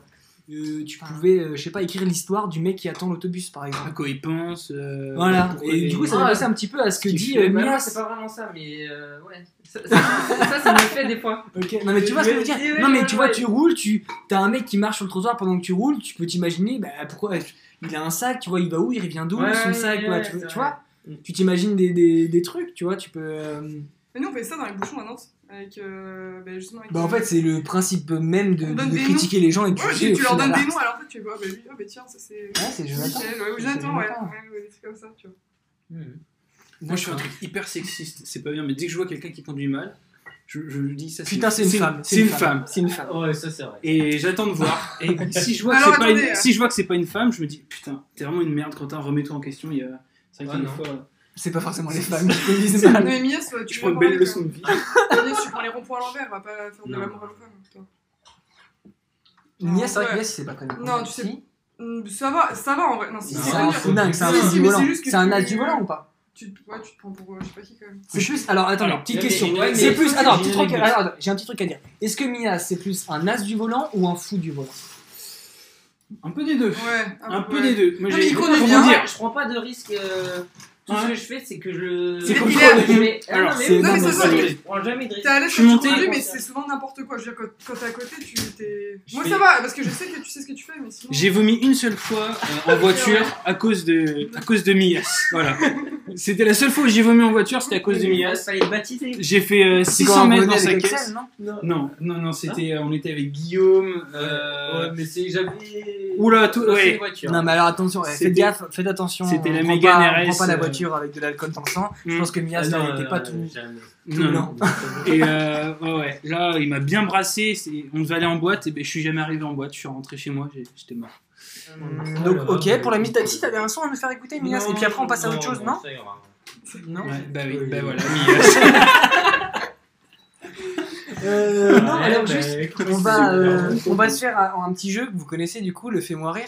S1: euh, tu pouvais, euh, je sais pas, écrire l'histoire du mec qui attend l'autobus par exemple.
S3: À quoi il pense euh,
S1: Voilà,
S3: pourquoi
S1: et
S3: il-
S1: du coup ça m'a
S5: Ah,
S1: passé un petit peu à ce que
S3: ce qui
S1: dit euh,
S3: fait
S5: Bah
S1: Mias.
S5: non, c'est pas vraiment ça, mais euh, ouais. Ça, ça, ça, ça me fait des fois.
S1: Ok, Non mais tu vois ce que je veux dire
S5: Ouais,
S1: Non mais
S5: ouais,
S1: tu vois,
S5: ouais.
S1: tu roules, tu t'as un mec qui marche sur le trottoir pendant que tu roules, tu peux t'imaginer bah, pourquoi il a un sac, tu vois, il va où, il revient d'où,
S5: Ouais,
S1: son
S5: ouais,
S1: sac,
S5: ouais,
S1: quoi,
S5: ouais,
S1: tu,
S5: c'est
S1: tu
S5: vrai.
S1: vois Tu t'imagines des, des- des trucs, tu vois, tu peux... euh,
S4: Mais nous, on fait ça dans les bouchons à Nantes. Avec. euh, bah, justement, avec
S1: Bah en fait c'est le principe même de,
S4: On donne
S1: de
S4: des
S1: critiquer les gens et de
S4: Ouais,
S1: juger
S4: tu,
S1: au
S4: tu leur
S1: final.
S4: donnes des noms, alors en fait, tu vois, bah lui, ah bah tiens, ça c'est.
S1: Ouais, c'est Jonathan.
S4: Michel, ouais, ou
S1: C'est
S4: Jonathan, ouais,
S1: Jonathan.
S4: ouais, ouais, des trucs comme ça, tu vois.
S3: Moi, je fais un truc hyper sexiste, c'est pas bien, mais dès que je vois quelqu'un qui conduit mal, je, je lui dis ça.
S1: Putain c'est une femme.
S3: C'est une femme.
S1: C'est une femme.
S5: Ouais, ça c'est vrai.
S3: Et j'attends de voir. Et si je vois que
S4: Alors,
S3: c'est pas
S4: attendez,
S3: une,
S4: euh.
S3: si je vois que c'est pas une femme, je me dis putain, t'es vraiment une merde, Quentin, remets-toi en question. Il y a, c'est vrai
S5: Ouais,
S3: qu'il y a
S5: non.
S3: des fois, euh,
S1: C'est pas forcément les femmes qui conduisent mal.
S4: Non, mais Mias, tu
S3: je
S4: vas
S3: prends une
S4: pas
S3: belle
S4: avec,
S3: leçon de vie.
S4: euh, Mias, tu prends les ronds-points à l'envers, va pas faire de
S5: Non.
S4: l'amour à l'enfant. toi.
S1: Nia c'est vrai que
S4: Ouais.
S1: Nia c'est pas très bien.
S4: Non, tu sais-
S1: Si.
S4: Hum, Ça va, ça va en vrai. Non, si,
S3: Non,
S1: C'est
S4: c'est
S1: un
S4: pas
S1: fou
S4: dur.
S1: dingue, c'est un
S4: Si,
S1: as
S4: si,
S1: du
S4: mais
S1: volant.
S4: c'est juste que
S1: C'est un
S4: tu-
S1: as du volant ou pas
S4: Tu, te- ouais, tu te prends pour euh, je sais pas qui quand même.
S1: C'est plus. Alors attends,
S3: Alors,
S1: petite
S5: mais-
S1: question.
S5: ouais, mais-
S1: C'est plus.
S5: mais-
S1: Attends,
S5: mais-
S1: petit truc.
S5: mais-
S1: alors, attends, j'ai un petit truc à dire. Est-ce que Mia c'est plus un as du volant ou un fou du volant
S3: Un peu des deux.
S4: Ouais,
S3: Un peu
S4: ouais.
S3: des deux. Moi,
S4: Non,
S3: j'ai-
S4: mais il conduit
S3: pour
S4: bien.
S3: vous dire,
S5: Je prends pas de risque. euh, Tout ce
S3: Ouais.
S5: que je fais, c'est que je le.
S3: C'est
S4: Il est-
S3: comme
S4: il
S3: toi,
S4: est-
S3: on est-
S5: Mais- ah,
S3: Alors,
S5: non, mais-
S1: c'est-
S4: non, mais
S5: moi,
S4: ça, ça,
S5: je
S3: il-
S5: prends jamais de risque.
S4: T'es à l'aise
S3: Je suis
S4: quand tu
S3: monté.
S4: conduis, mais c'est souvent n'importe quoi. Je veux dire, quand, quand t'es à côté, tu t'es.
S3: Je
S4: Moi
S3: fais-
S4: ça va, parce que je sais que tu sais ce que tu fais, mais sinon.
S3: j'ai vomi une seule fois euh, en voiture à cause de à cause de Mias. Voilà. C'était la seule fois où j'ai vomi en voiture, c'était à cause de Mias.
S5: Fallait le baptiser.
S3: J'ai fait euh,
S1: C'est quand
S3: 600
S1: un
S3: mètres
S1: bonnet
S3: dans sa
S1: avec
S3: caisse.
S1: Excel, non
S3: Non, non, non, c'était,
S4: Ah.
S3: euh, on était avec Guillaume. euh,
S5: Ouais, mais c'est j'avais.
S3: Oula, tout-
S5: Dans
S3: ouais.
S5: une voiture.
S1: Non mais alors attention, eh, faites
S3: C'était-
S1: gaffe, faites attention.
S3: c'était
S1: on
S3: la
S1: prend
S3: Mégane
S1: pas- on prend
S3: RS,
S1: pas la
S3: euh,
S1: voiture avec de l'alcool dans le sang. Je
S3: hmm.
S1: pense que Mia
S5: Ah, non,
S1: n'était
S5: euh,
S1: pas tout.
S5: jamais.
S1: tout blanc.
S3: non. Et euh, ouais, ouais, là, il m'a bien brassé. c'est- On devait aller en boîte, et ben, je suis jamais arrivé en boîte. Je suis rentré chez moi, j'ai- j'étais mort.
S5: euh,
S1: Mm, Donc, ok, pour la mise si t'avais un son à nous faire écouter, Minas, et puis après on passe à autre chose, non
S5: ça ira.
S1: Non
S3: Ouais, bah oui,
S1: Oui.
S3: bah voilà. Mias.
S1: Euh, non,
S5: Ouais,
S1: alors
S5: bah,
S1: juste,
S5: écoute,
S1: on
S5: c'est
S1: va,
S5: bien.
S1: euh, on va se faire un, un petit jeu que vous connaissez du coup, le Fais-moi rire.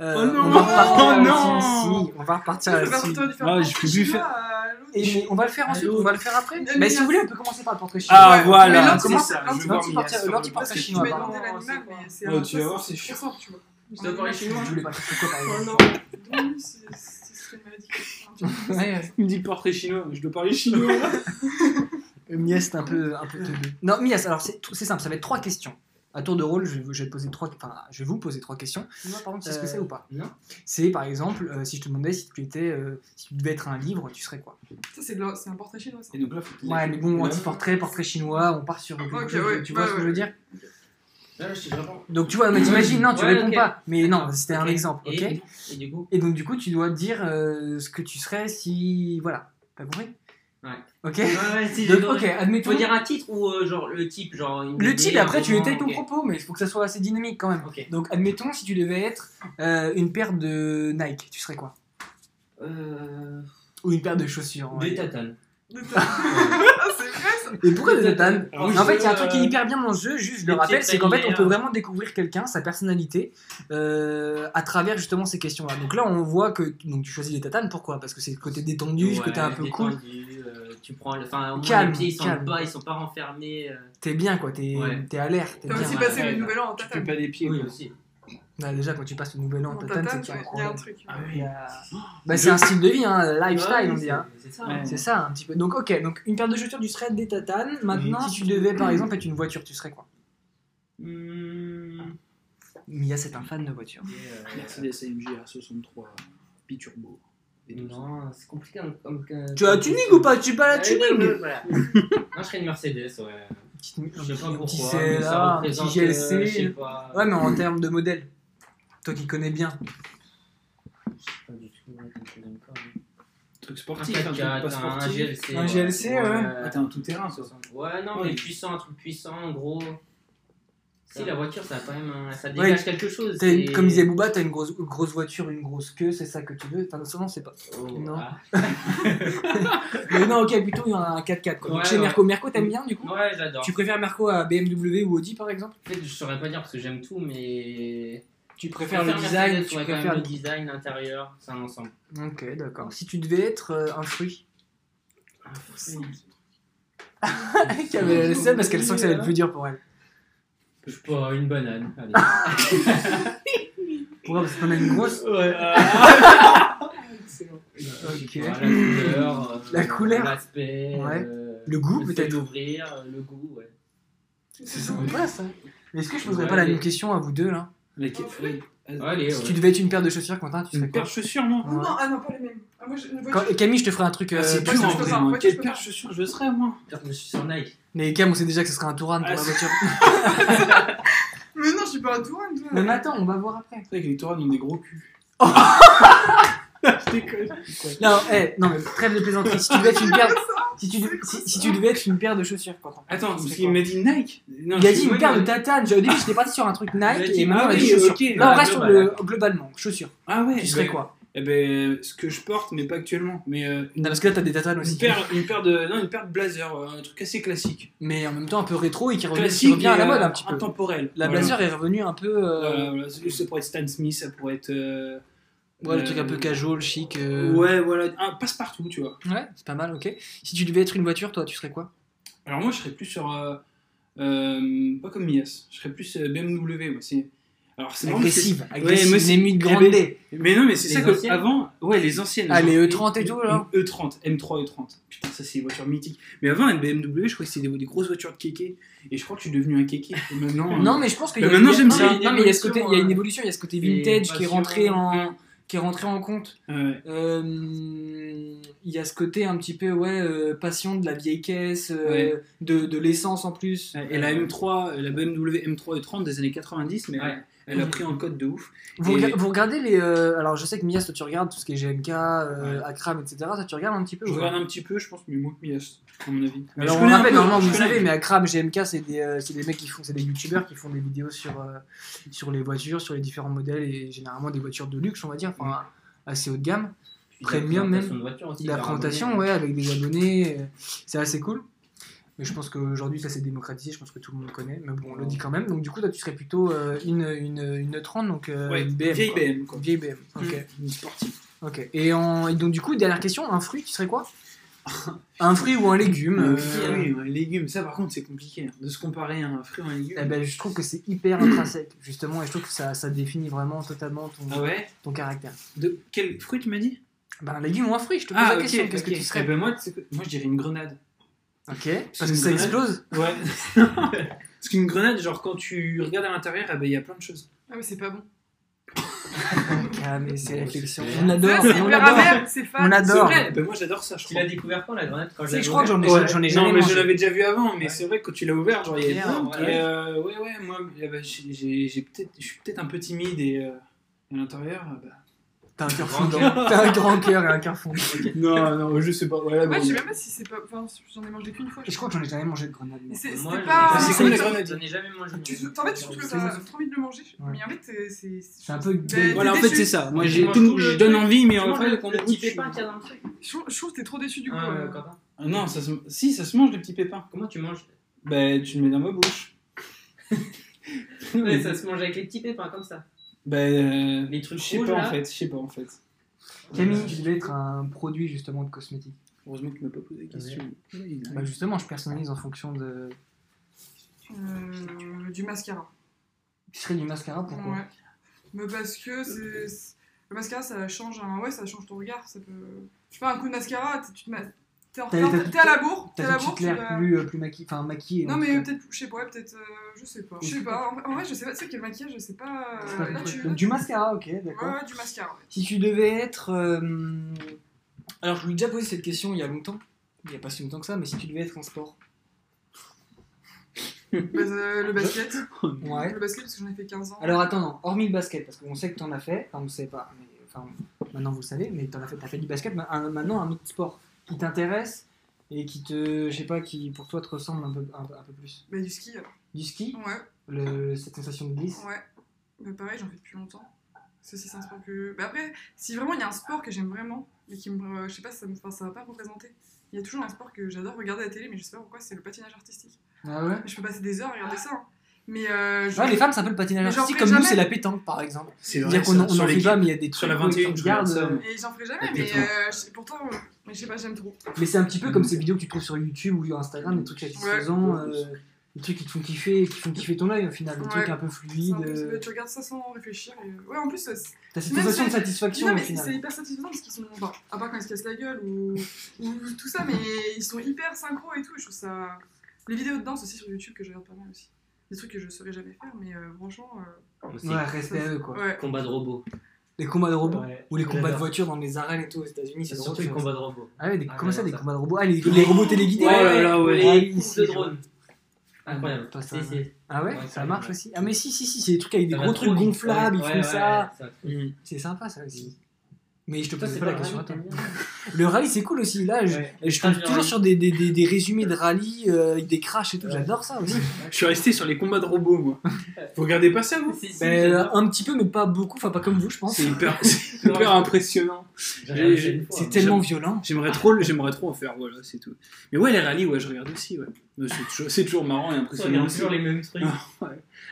S1: Euh,
S3: Oh non,
S1: on va repartir
S4: oh
S1: là-dessus.
S3: non.
S1: Si, on va repartir
S4: Ça va
S1: là-dessus.
S4: plutôt différent.
S3: Ah, je peux lui faire-
S1: Et mais on va le faire ensuite,
S3: Allô.
S1: on va le faire après.
S4: Allô.
S1: Mais si vous voulez, on peut commencer par le portrait chinois.
S3: Ah
S4: Ouais, mais
S3: voilà,
S4: l'autre,
S3: c'est
S1: comment-
S3: ça.
S4: l'autre,
S3: je vais voir
S1: l'anti-
S3: Mia sur
S1: l'anti-
S3: le podcast.
S1: portrait
S4: Tu
S1: chinois,
S4: m'as
S1: pardon.
S4: demandé l'animal,
S2: Oh,
S4: mais c'est
S3: Oh,
S4: un
S3: tu vas
S4: peu
S3: voir, c'est chiant.
S4: fort, tu vois.
S5: Je dois parler chinois.
S1: Je voulais pas faire quoi par
S4: Oh
S1: exemple.
S4: non, Denis, c'est- c'est- c'est une maladie.
S1: Ouais, ouais.
S3: Il me dit portrait chinois, je dois parler chinois.
S1: Euh, Mias, c'est un peu, un peu teubé. Non, Mias, alors c'est tr- c'est simple, ça va être trois questions. À tour de rôle, je vais, vous- je vais te poser trois, enfin, je vais vous poser trois questions.
S5: Moi, par contre,
S1: Tu sais ce que c'est ou pas
S5: Non.
S1: C'est par exemple, euh, si je te demandais si tu étais, euh, si tu devais être un livre, tu serais quoi
S4: Ça, c'est de la- c'est un portrait chinois, ça.
S3: Et donc là, faut qu'il
S1: Ouais, mais bon,
S3: Ouais.
S1: anti-portrait, portrait chinois, on part sur. quelque
S4: Ok,
S1: chose,
S4: ouais,
S1: tu vois
S4: ouais,
S1: ce que je
S4: ouais.
S1: veux dire
S5: Non, je suis vraiment.
S1: Donc tu vois, mais t'imagines, non, tu
S5: Ouais,
S1: réponds
S5: ok.
S1: pas. Mais non, c'était un
S5: Ok.
S1: exemple, ok
S5: Et, et du coup,
S1: Et donc du coup, tu dois dire euh, ce que tu serais si, voilà, t'as compris
S5: Ouais.
S1: Ok.
S5: ouais, ouais, si,
S1: Donc,
S5: j'ai
S1: ok,
S5: compris.
S1: admettons.
S5: faut dire un titre ou euh, genre le type, genre. une
S1: Le
S5: idée,
S1: titre, après,
S5: un
S1: tu
S5: roman,
S1: étayes ton
S5: ok.
S1: propos, mais il faut que ça soit assez dynamique quand même.
S5: Ok.
S1: Donc, admettons, si tu devais être euh, une paire de Nike, tu serais quoi
S5: Euh,
S1: Ou une paire de chaussures. en
S5: Des
S1: vrai.
S5: tatanes.
S4: De ta- Ah, c'est vrai, ça.
S1: Et pourquoi des tatanes
S3: Alors,
S1: En fait, il y a un
S3: je-
S1: truc qui est hyper bien dans ce jeu, juste je le
S5: Des
S1: rappelle,
S5: petites
S1: c'est qu'en fait, on peut
S5: bannières.
S1: vraiment découvrir quelqu'un, sa personnalité, euh, à travers justement ces questions-là. Donc là, on voit que donc, tu choisis les tatanes, pourquoi Parce que c'est le côté détendu, le côté un
S5: Ouais,
S1: peu cool.
S5: détendu, euh, tu prends le. Enfin, au moins,
S1: Calme,
S5: les pieds, ils sont
S1: calme.
S5: pas, ils sont pas renfermés. euh,
S1: T'es bien, quoi, t'es
S5: Ouais.
S1: t'es à l'air. t'es
S4: T'as
S5: Bien,
S4: aussi
S1: bien.
S5: ouais,
S4: passé
S5: ouais,
S4: le
S5: ouais.
S4: nouvel an en
S3: Tu peux
S4: tatane.
S3: pas des pieds.
S5: Oui,
S3: quoi.
S5: aussi.
S1: Ouais, déjà, quand tu passes le nouvel an en
S4: En
S1: tatane, c'est
S4: tatane,
S1: qu'il y a un
S4: il y a un
S1: problème.
S4: truc.
S3: Ah
S1: Il y
S3: oui.
S1: a- Bah, c'est un style de vie, hein,
S5: Ouais,
S1: lifestyle, on dit. hein.
S5: c'est- C'est ça.
S3: Ouais.
S1: C'est ça, un petit peu. Donc, ok, donc une paire de chaussures, tu serais des tatanes. Maintenant,
S3: Mhm.
S1: si tu devais, par exemple, être une voiture, tu serais quoi
S5: Mmh.
S1: Mia, c'est un fan de voiture.
S5: Et, euh,
S3: Hmm. Mercedes AMG R63 biturbo. Et tout ça.
S5: Non, c'est compliqué comme. comme que-
S1: Tu as la tuning ou pas Tu pas la
S5: Ah oui,
S1: tuning
S5: voilà. Moi, je serais une Mercedes, ouais.
S1: Petite- un
S5: Je sais
S1: petit-
S5: pas
S1: un
S5: pourquoi.
S1: petit
S5: mais
S1: CLA,
S5: ça
S1: un petit
S5: représente,
S1: GLC.
S5: euh, je sais pas. Hmm.
S1: Ouais, mais en termes de modèle, toi qui connais bien.
S5: Pas du tout, ouais, ça me convient pas, hein.
S3: Truc
S5: Un
S3: sportif, un truc
S5: 4x4,
S3: pas
S5: un,
S3: sportif.
S5: GLC.
S1: Un GLC, ouais.
S3: Ah, t'es un tout-terrain, ça.
S5: Ouais, non,
S3: Ouais.
S5: mais puissant, un truc puissant, gros. Si,
S3: Ça-
S5: la voiture, ça a quand même. un- Ça
S1: Ouais.
S5: dégage quelque chose.
S1: T'as une-
S5: c'est-
S1: comme disait Booba, t'as une grosse, une grosse voiture, une grosse queue, c'est ça que tu veux Enfin, non, c'est pas.
S5: Oh,
S1: Non.
S5: ah.
S1: Mais non, ok, plutôt, il y en a un 4x4. Quoi. Donc,
S5: Ouais,
S1: chez
S5: ouais.
S1: Merco, Merco, t'aimes bien du coup
S5: Ouais, j'adore.
S1: Tu préfères Merco à BMW ou Audi par exemple
S5: En fait, je saurais pas dire parce que j'aime tout, mais.
S1: Tu
S5: Je
S1: préfères le design
S5: Mercedes,
S1: Tu
S5: ouais, quand même
S1: préfères.
S5: le design, l'intérieur, c'est un ensemble.
S1: Ok, d'accord. Si tu devais être euh, un fruit Qu'elle- Elle sait parce qu'elle sent que ça va être plus dur pour elle.
S5: Je sais pas, une banane. Allez.
S1: Ah, Pourquoi Parce qu'on a une grosse.
S5: ouais.
S3: ah.
S5: Euh,
S1: Ok.
S5: la couleur. euh,
S1: La couleur.
S5: L'aspect.
S1: Ouais.
S5: euh,
S1: Le goût,
S5: fait
S1: peut-être.
S5: d'ouvrir, euh, le goût, ouais.
S1: C'est sympa ça. Mais est-ce que je poserais
S5: Ouais,
S1: pas la
S5: mais-
S1: même question à vous deux là
S3: La quête- ouais.
S5: Allez,
S1: Si
S5: ouais.
S1: tu devais être une paire de chaussures, Quentin, tu serais
S3: Une
S1: quoi
S3: paire de chaussures, moi.
S4: Ah Non, ah non, pas les mêmes. Ah, moi, j'ai une voiture.
S1: Quand- Camille, je te ferai un truc. euh,
S3: Ah, C'est
S1: plus
S3: dur
S4: je
S3: en
S1: simple.
S4: peux
S3: vrai.
S4: pas,
S3: moi.
S4: moi, je
S3: Quelle
S4: peux
S3: paire de
S4: pas.
S3: chaussures je serais, moi
S5: Putain, Je suis sur Nike.
S1: Mais Cam, on sait déjà que ce sera un Touran pour
S3: Ah,
S1: la
S3: c'est-
S1: voiture.
S4: Mais non, je suis pas un tour. toi.
S1: Mais attends, on va voir après.
S3: C'est vrai que les Taurans ont des gros culs.
S1: Oh.
S3: Je déconne.
S1: Non, eh, non, mais trêve de plaisanterie. Si tu devais être une paire, si tu, si, si tu devais être une paire de chaussures, Quentin.
S3: Attends,
S1: tu
S3: parce
S1: serais
S3: qu'il
S1: quoi
S3: m'a dit Nike. Non,
S1: Il a
S3: je
S1: dit
S3: suis
S1: une paire de
S3: mal.
S1: tatanes. Au début, j'étais parti sur un truc
S3: Il a
S1: Nike
S3: dit,
S1: et maintenant on
S3: ah
S1: a dit
S3: oui,
S1: chaussures.
S3: ok.
S1: Là, on
S5: Ah,
S1: reste sur
S5: global.
S1: le globalement chaussures.
S3: Ah ouais.
S1: Tu serais
S3: ben-
S1: quoi
S3: Eh ben, ce que je porte, mais pas actuellement. Mais euh,
S1: Non, parce que là, t'as des tatanes
S3: une
S1: aussi.
S3: paire, une paire de, non, une paire de blazer, euh, un truc assez classique.
S1: Mais en même temps, un peu rétro et qui revient, qui
S3: Classique.
S1: revient à la
S3: et,
S1: mode
S3: euh,
S1: un petit peu.
S3: Intemporel.
S1: La
S3: Voilà.
S1: blazer est revenue un peu. euh,
S3: Voilà, voilà. Ça pourrait être Stan Smith, ça pourrait être. euh,
S1: Ouais, le truc un peu
S3: euh,
S1: casual, chic. euh,
S3: Ouais, voilà, un passe-partout, tu vois.
S1: Ouais, c'est pas mal, ok. Si tu devais être une voiture, toi, tu serais quoi
S3: Alors moi, je serais plus sur. euh, euh, pas comme Mias, je serais plus euh, BMW. Moi, c'est. Alors c'est marrant,
S1: Agressive,
S3: c'est- Ouais,
S1: agressive,
S3: moi, c'est-
S1: Nému de Grande.
S3: Eh ben- Mais non, mais c'est
S5: Les
S3: ça que
S5: anciennes
S3: avant, ouais, les E anciennes.
S1: Ah,
S3: genre-
S1: les E30 et tout, là
S3: E30, M3 E30. E Putain, ça c'est des voitures mythiques. Mais avant, une BMW, je crois que c'était des, des grosses voitures de kéké. Et je crois que je suis devenu un kéké. Et maintenant,
S1: Non,
S3: euh,
S1: mais je pense qu'il
S3: Bah,
S1: y a-
S3: maintenant,
S1: il y a-
S3: j'aime
S1: non,
S3: ça. Bah,
S1: mais- Non, mais il y a ce côté, il y a une évolution, il y a ce côté
S5: Et
S1: vintage qui est rentré
S5: passion.
S1: en, qui est rentré en compte.
S3: ouais.
S1: Euh, Il y a ce côté un petit peu, ouais, euh, passion de la vieille caisse, euh,
S3: Ouais.
S1: de, de l'essence en plus.
S3: et la M3, la BMW M3 E30 E des années 90, mais
S5: Ouais.
S3: elle, elle a pris en code de ouf.
S1: Vous,
S3: Et-
S1: rega- vous regardez les. euh, alors, je sais que Mias, toi, tu regardes tout ce qui est GMK, euh,
S3: Ouais.
S1: Akram, etc. Ça, tu regardes un petit peu
S3: Je
S1: ou pas
S3: regarde un petit peu, je pense, mais moins que Mias, à mon avis. Mais
S1: Alors
S3: je
S1: on
S3: connais un
S1: rappelle,
S3: peu,
S1: normalement
S3: je
S1: vous
S3: connais.
S1: savez, mais Akram, GMK, c'est des, euh, c'est des mecs qui font, c'est des youtubeurs qui font des vidéos sur, euh, sur les voitures, sur les différents modèles et généralement des voitures de luxe, on va dire, enfin assez haut de gamme.
S5: Puis
S1: Premium,
S5: la présentation
S1: même.
S5: de voiture aussi,
S1: La
S5: par
S1: présentation,
S5: abonné.
S1: ouais, avec des abonnés, euh, c'est assez cool. Mais je pense qu'aujourd'hui, ça s'est démocratisé, je pense que tout le monde connaît. Mais bon, on le dit quand même. Donc, du coup, toi, tu serais plutôt euh, une, une, une 30, donc euh,
S3: Ouais,
S1: une BM.
S3: vieille
S1: quoi.
S3: BM, quoi. Mm. Euh,
S1: Vieille BM, ok.
S3: Une sportive.
S1: ok. Et, en- et donc, du coup, dernière question, un fruit, tu serais quoi Un fruit ou un légume
S3: Un
S1: euh,
S3: fruit ou un légume, ça par contre c'est compliqué. hein, De se comparer à un fruit ou un légume.
S1: eh ben, je trouve que c'est hyper intrinsèque, justement, et je trouve que ça, ça définit vraiment totalement ton,
S3: Ah ouais
S1: ton caractère.
S3: De quel fruit tu m'as dit
S1: Ben, un légume ou un fruit, je te pose
S3: Ah,
S1: la
S3: ok,
S1: question, qu'est-ce
S3: ok.
S1: que tu serais
S3: Eh ben, moi, tu sais que- moi je dirais une grenade.
S1: Ok, parce que
S3: une
S1: ça
S3: grenade.
S1: explose
S3: Ouais. Parce qu'une grenade, genre quand tu regardes à l'intérieur, eh ben, il y a plein de choses.
S4: Ah, mais c'est pas bon.
S1: Ah, mais c'est réflexion.
S5: c'est-
S1: On
S4: Ça,
S1: adore,
S4: C'est
S1: on
S4: hyper
S1: adore.
S4: amer, c'est
S1: On
S4: fan.
S3: C'est
S1: adore.
S3: vrai, eh ben, moi j'adore ça, je
S5: Tu
S3: crois.
S5: l'as découvert quand la grenade quand
S1: Si,
S5: j'ai
S1: je crois que j'en ai,
S3: Ouais.
S1: j'en ai jamais
S3: non, mais
S1: mangé.
S3: je l'avais déjà vu avant, mais c'est vrai que quand tu l'as ouvert, genre il y a
S1: Merde,
S3: énorme.
S5: ouais.
S3: Et, euh, ouais, ouais, moi eh ben, j'ai- j'ai j'ai peut-être, je suis peut-être un peu timide et euh, à l'intérieur. euh, bah...
S1: T'as un cœur fondant. T'as un grand cœur et un cœur fondant.
S3: non, non, je sais pas. Ouais,
S4: Ouais, je sais même pas si c'est pas. Enfin, j'en ai mangé qu'une fois.
S1: Et je crois que j'en ai jamais mangé de grenade.
S4: Mais
S1: moi.
S4: c'est-
S5: Moi,
S4: C'était
S5: je-
S4: pas.
S3: Ah, c'est
S5: j'en ai-
S3: comme les
S5: j'en ai-
S3: grenades.
S5: J'en ai jamais mangé.
S4: Tu- En fait, je trouve que t'as trop envie de le manger.
S1: Ouais.
S4: Mais en fait, euh, c'est. c'est-
S1: C'est un peu.
S4: Ben,
S3: Voilà, en
S4: T'es
S3: fait,
S4: déçu.
S3: c'est ça. Moi,
S5: Tu
S3: j'ai
S5: manges
S3: tout-
S5: tout le
S3: je donne
S5: truc,
S3: envie, mais
S5: Tu
S3: en
S5: manges
S3: fait,
S5: le
S3: quand
S5: le
S3: on
S5: petit
S3: goûte, je-
S5: pépin qu'il y a dans le truc.
S4: Je trouve je trouve que t'es trop déçu du coup.
S5: Hein,
S4: euh,
S5: Quentin
S3: Ah Non, ça se... si, ça se mange le petit pépin.
S5: Comment tu manges
S3: Ben, tu le mets dans ma bouche.
S5: Ouais, Ça se mange avec les petits pépins comme ça.
S3: Ben, euh,
S5: Les trucs
S3: je sais
S5: rouges,
S3: pas
S5: là.
S3: en fait, je sais pas en fait.
S1: Camille, je vais être un produit justement de cosmétique.
S3: Heureusement que tu m'as pas posé la question. Il
S1: Bah, justement, je personnalise en fonction de.
S4: euh, Du mascara.
S1: Tu serais du mascara, pourquoi
S4: Ouais. Mais parce que c'est. c'est- Le mascara, ça change. un- Ouais, ça change ton regard. Ça peut. Je sais pas, un coup de mascara, t'es- tu te. ma- T'es en
S1: T'as-
S4: retard,
S1: t'as-
S4: t'es à la bourre. T'es à
S1: T'as
S4: la
S1: une
S4: bourre.
S1: petite
S4: tu
S1: l'air
S4: vas-
S1: plus, euh, plus maquillée. Enfin, maquillée.
S4: Non
S1: en
S4: mais
S1: tout
S4: euh,
S1: cas.
S4: peut-être, je sais pas, ouais, peut-être, euh, je sais pas, je sais pas. En, en vrai, je sais pas, tu sais quel maquillage, je sais pas.
S1: C'est
S4: euh,
S1: pas
S4: là,
S1: compris.
S4: tu...
S1: Donc, du mascara, ok, d'accord.
S4: Ouais, ouais, du mascara. ouais.
S1: Si tu devais être. euh, Alors, je lui ai déjà posé cette question il y a longtemps. Il n'y a pas si longtemps que ça, mais si tu devais être en sport.
S4: Bah, euh, le basket,
S1: Ouais.
S4: le basket parce que j'en ai fait 15 ans.
S1: Alors attends, non, hormis le basket, parce qu'on sait que t'en as fait, enfin on sait pas, mais enfin maintenant vous le savez, mais t'en as fait, t'as fait du basket, ma- un- maintenant un autre sport qui t'intéresse et qui te, je sais pas, qui pour toi te ressemble un peu, un, peu- un peu plus.
S4: Bah, du ski alors.
S1: Du ski,
S4: Ouais,
S1: le- cette sensation de glisse.
S4: ouais. Bah, pareil, j'en fais depuis longtemps. Ceci, c'est un sport que. Bah, après, si vraiment il y a un sport que j'aime vraiment, mais qui me. euh, je sais pas, ça, me... enfin, ça va pas me représenter. Il y a toujours un sport que j'adore regarder à la télé, mais je sais pas pourquoi, c'est le patinage artistique.
S1: Ah ouais.
S4: Je peux passer des heures à regarder ça. hein. Mais euh, je-
S1: Ouais, les femmes, c'est un peu le patinage
S4: Mais j'en
S1: artistique,
S4: fais
S1: comme nous,
S4: jamais.
S1: c'est la pétanque par exemple.
S3: C'est
S1: C'est-à-dire
S3: vrai,
S1: qu'on en- on
S3: ça,
S1: en
S3: sur
S1: fait pas,
S3: l'équipe.
S1: mais il y a des trucs.
S3: sur la
S1: où
S3: 21,
S1: tu
S3: je regarde
S1: regardes,
S3: ça,
S1: euh,
S4: Et j'en ferai jamais,
S3: La
S4: mais
S3: pétanque.
S4: euh, je- pourtant, euh, mais je sais pas, j'aime trop.
S1: Mais c'est un petit peu comme ces vidéos que tu trouves sur YouTube ou Instagram, des trucs satisfaisants,
S3: Mm. Ouais.
S1: euh, des trucs qui te font kiffer, qui font kiffer ton œil au final, des
S4: Ouais.
S1: trucs un peu
S4: C'est un
S1: fluides.
S4: peu-
S1: euh,
S4: Tu regardes ça sans réfléchir. et- Ouais, en plus, euh, c'est-
S1: T'as cette
S4: Même
S1: sensation de
S4: c'est-
S1: satisfaction
S4: non,
S1: au
S4: mais
S1: final.
S4: c'est hyper satisfaisant parce qu'ils sont. Enfin, à part quand ils se cassent la gueule ou... ou tout ça, mais ils sont hyper synchro et tout. Je trouve ça. Les vidéos de danse aussi sur YouTube que je regarde pas mal aussi. Des trucs que je saurais jamais faire, mais euh, franchement.
S5: Aussi,
S1: Ouais, rester à eux quoi.
S4: euh, Ouais.
S5: Combat de robots.
S1: Les combats de robots ou les combats de
S5: j'adore.
S1: voitures dans les arènes et tout aux États-Unis, c'est
S5: C'est
S1: drôle.
S5: surtout les
S1: ça.
S5: combats de robots.
S1: Ah ouais, des,
S5: Ah,
S1: comment ça,
S5: j'adore
S1: des
S5: ça.
S1: combats de robots Ah, les, les robots téléguidés
S3: Ouais, ouais, là, ouais.
S1: Ah,
S5: Les
S1: oui,
S5: courses
S1: si,
S5: de
S1: je vois.
S5: drone. Incroyable.
S1: Pas ça,
S5: Si,
S1: ouais.
S5: si.
S1: Ah ouais,
S5: Ouais,
S1: ça
S5: ça,
S1: marche
S5: ouais.
S1: aussi. Ah mais si, si, si, c'est des trucs avec des
S5: Ça va
S1: gros
S5: trop
S1: trucs
S5: vite.
S1: gonflables, ils
S5: Ouais,
S1: font
S5: ouais,
S1: ça.
S5: ouais,
S3: Mhm.
S1: C'est sympa ça aussi. Mais je te
S5: Toi,
S1: pose
S5: c'est
S1: pas
S5: pas
S1: la
S5: le
S1: question à
S5: rallye,
S1: toi.
S5: t'aimes bien
S1: Le rallye, c'est cool aussi. Là, je,
S5: Ouais.
S1: je tombe
S5: Ah,
S1: toujours sur des, des, des, des résumés de rallye euh, avec des crashs et tout.
S5: Ouais.
S1: J'adore ça aussi.
S3: Je suis resté sur les combats de robots, moi. Vous regardez pas ça, vous
S5: Si, si,
S1: Ben,
S5: j'adore.
S1: un petit peu, mais pas beaucoup. Enfin, pas comme vous, je pense.
S3: C'est hyper, c'est hyper impressionnant.
S5: J'ai regardé
S3: j'ai-
S5: une fois,
S1: C'est
S5: hein.
S1: tellement violent.
S3: J'aimerais trop, le- j'aimerais trop en faire, voilà, c'est tout. Mais ouais, les rallyes, ouais, je regarde aussi, ouais. Mais C'est toujours, c'est toujours marrant et
S5: On regarde
S3: impressionnant. aussi.
S5: toujours les mêmes trucs.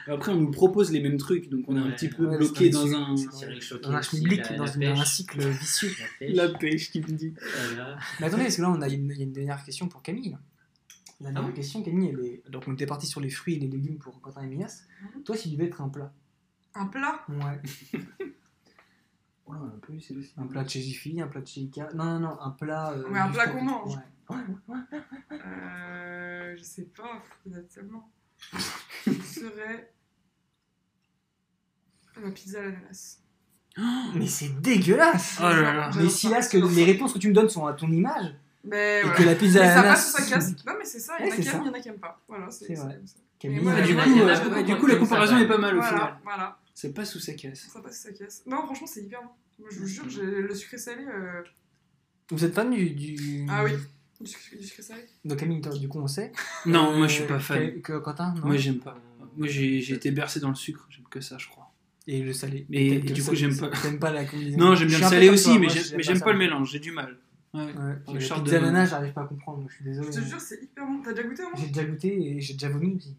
S3: Après, on nous propose les mêmes trucs, donc on est un
S5: Ouais,
S3: petit peu
S1: ouais,
S3: bloqué
S1: c'est
S3: dans
S1: sûr.
S3: un.
S5: Cyril Choquet
S1: Dans un
S5: aussi,
S1: schmilblick,
S5: la-
S1: dans
S5: la
S1: une-
S5: pêche.
S1: un cycle vicieux.
S5: La pêche,
S3: La pêche qui me dit.
S5: voilà.
S1: Mais attendez, parce que là, on a une, il y a une dernière question pour Camille. là. La dernière
S5: Ah oui
S1: question, Camille, elle est... donc on était parti sur les fruits et les légumes pour Quentin et Mias.
S4: Mhm.
S1: Toi, si tu devais être un plat,
S4: Un plat
S1: ouais.
S3: Oh là, on a pas eu celle-ci.
S1: un plat de chez Jiffy, un plat de chez Ikea, non, non, non, un plat. euh,
S4: Ouais, un
S1: du
S4: plat
S1: store.
S4: qu'on mange.
S1: Ouais. Ouais, ouais, ouais.
S4: euh, Je sais pas, il y en a tellement. Ce serait. La pizza à l'ananas.
S1: Mais c'est dégueulasse!
S3: Oh là là.
S1: Mais si là, ce que les réponses que tu me donnes sont à ton image,
S4: Mais
S1: et
S4: voilà.
S1: que la pizza
S4: Mais
S1: à
S4: ça
S1: l'ananas-
S4: passe ou ça casse. Non, mais c'est ça, il y en
S1: Ouais,
S4: a
S1: c'est
S4: qui aiment,
S1: ça.
S4: il y en a qui aiment pas. Voilà, c'est
S1: C'est
S4: c'est
S1: vrai.
S4: comme ça.
S1: Camille,
S4: Mais
S3: Ah, du,
S4: Ouais,
S3: coup,
S5: il y en a
S3: euh,
S5: beaucoup
S3: ouais, du
S5: qui
S3: coup, la
S5: aiment ça,
S3: comparaison
S5: ouais.
S3: est pas mal au final.
S4: Voilà, voilà.
S3: Ça passe ou ça casse
S4: Ça passe, ça casse. Non, franchement, c'est hyper bon. Moi, je vous jure, j'ai- le sucré salé. euh,
S1: Vous êtes fan du. du-
S4: Ah oui, du sucré, du sucré salé.
S1: Donc Camille, toi, du coup, on sait.
S3: Non, moi je
S1: Euh,
S3: suis pas fan.
S1: Que, que Quentin, non?
S3: Moi j'aime pas. Moi j'ai j'ai été bercé dans le sucre, j'aime que ça, je crois.
S1: Et le salé.
S3: Mais-
S1: T'aimes que
S3: et du
S1: le
S3: coup,
S1: salé.
S3: j'aime pas.
S1: T'aimes pas la combinaison.
S3: Non, j'aime
S1: Je
S3: bien
S1: suis
S3: le
S1: un peu
S3: salé
S1: comme
S3: aussi,
S1: toi,
S3: mais
S1: moi,
S3: j'ai- mais j'aime
S1: ça.
S3: pas le mélange, j'ai du mal. Ouais.
S1: Ouais.
S3: Les
S1: La
S3: shorts
S1: pizza
S3: de-
S1: nana, j'arrive pas à comprendre, moi, je suis désolé.
S4: Je te jure, c'est hyper bon. T'as déjà goûté avant
S1: J'ai déjà goûté et j'ai déjà vomi aussi.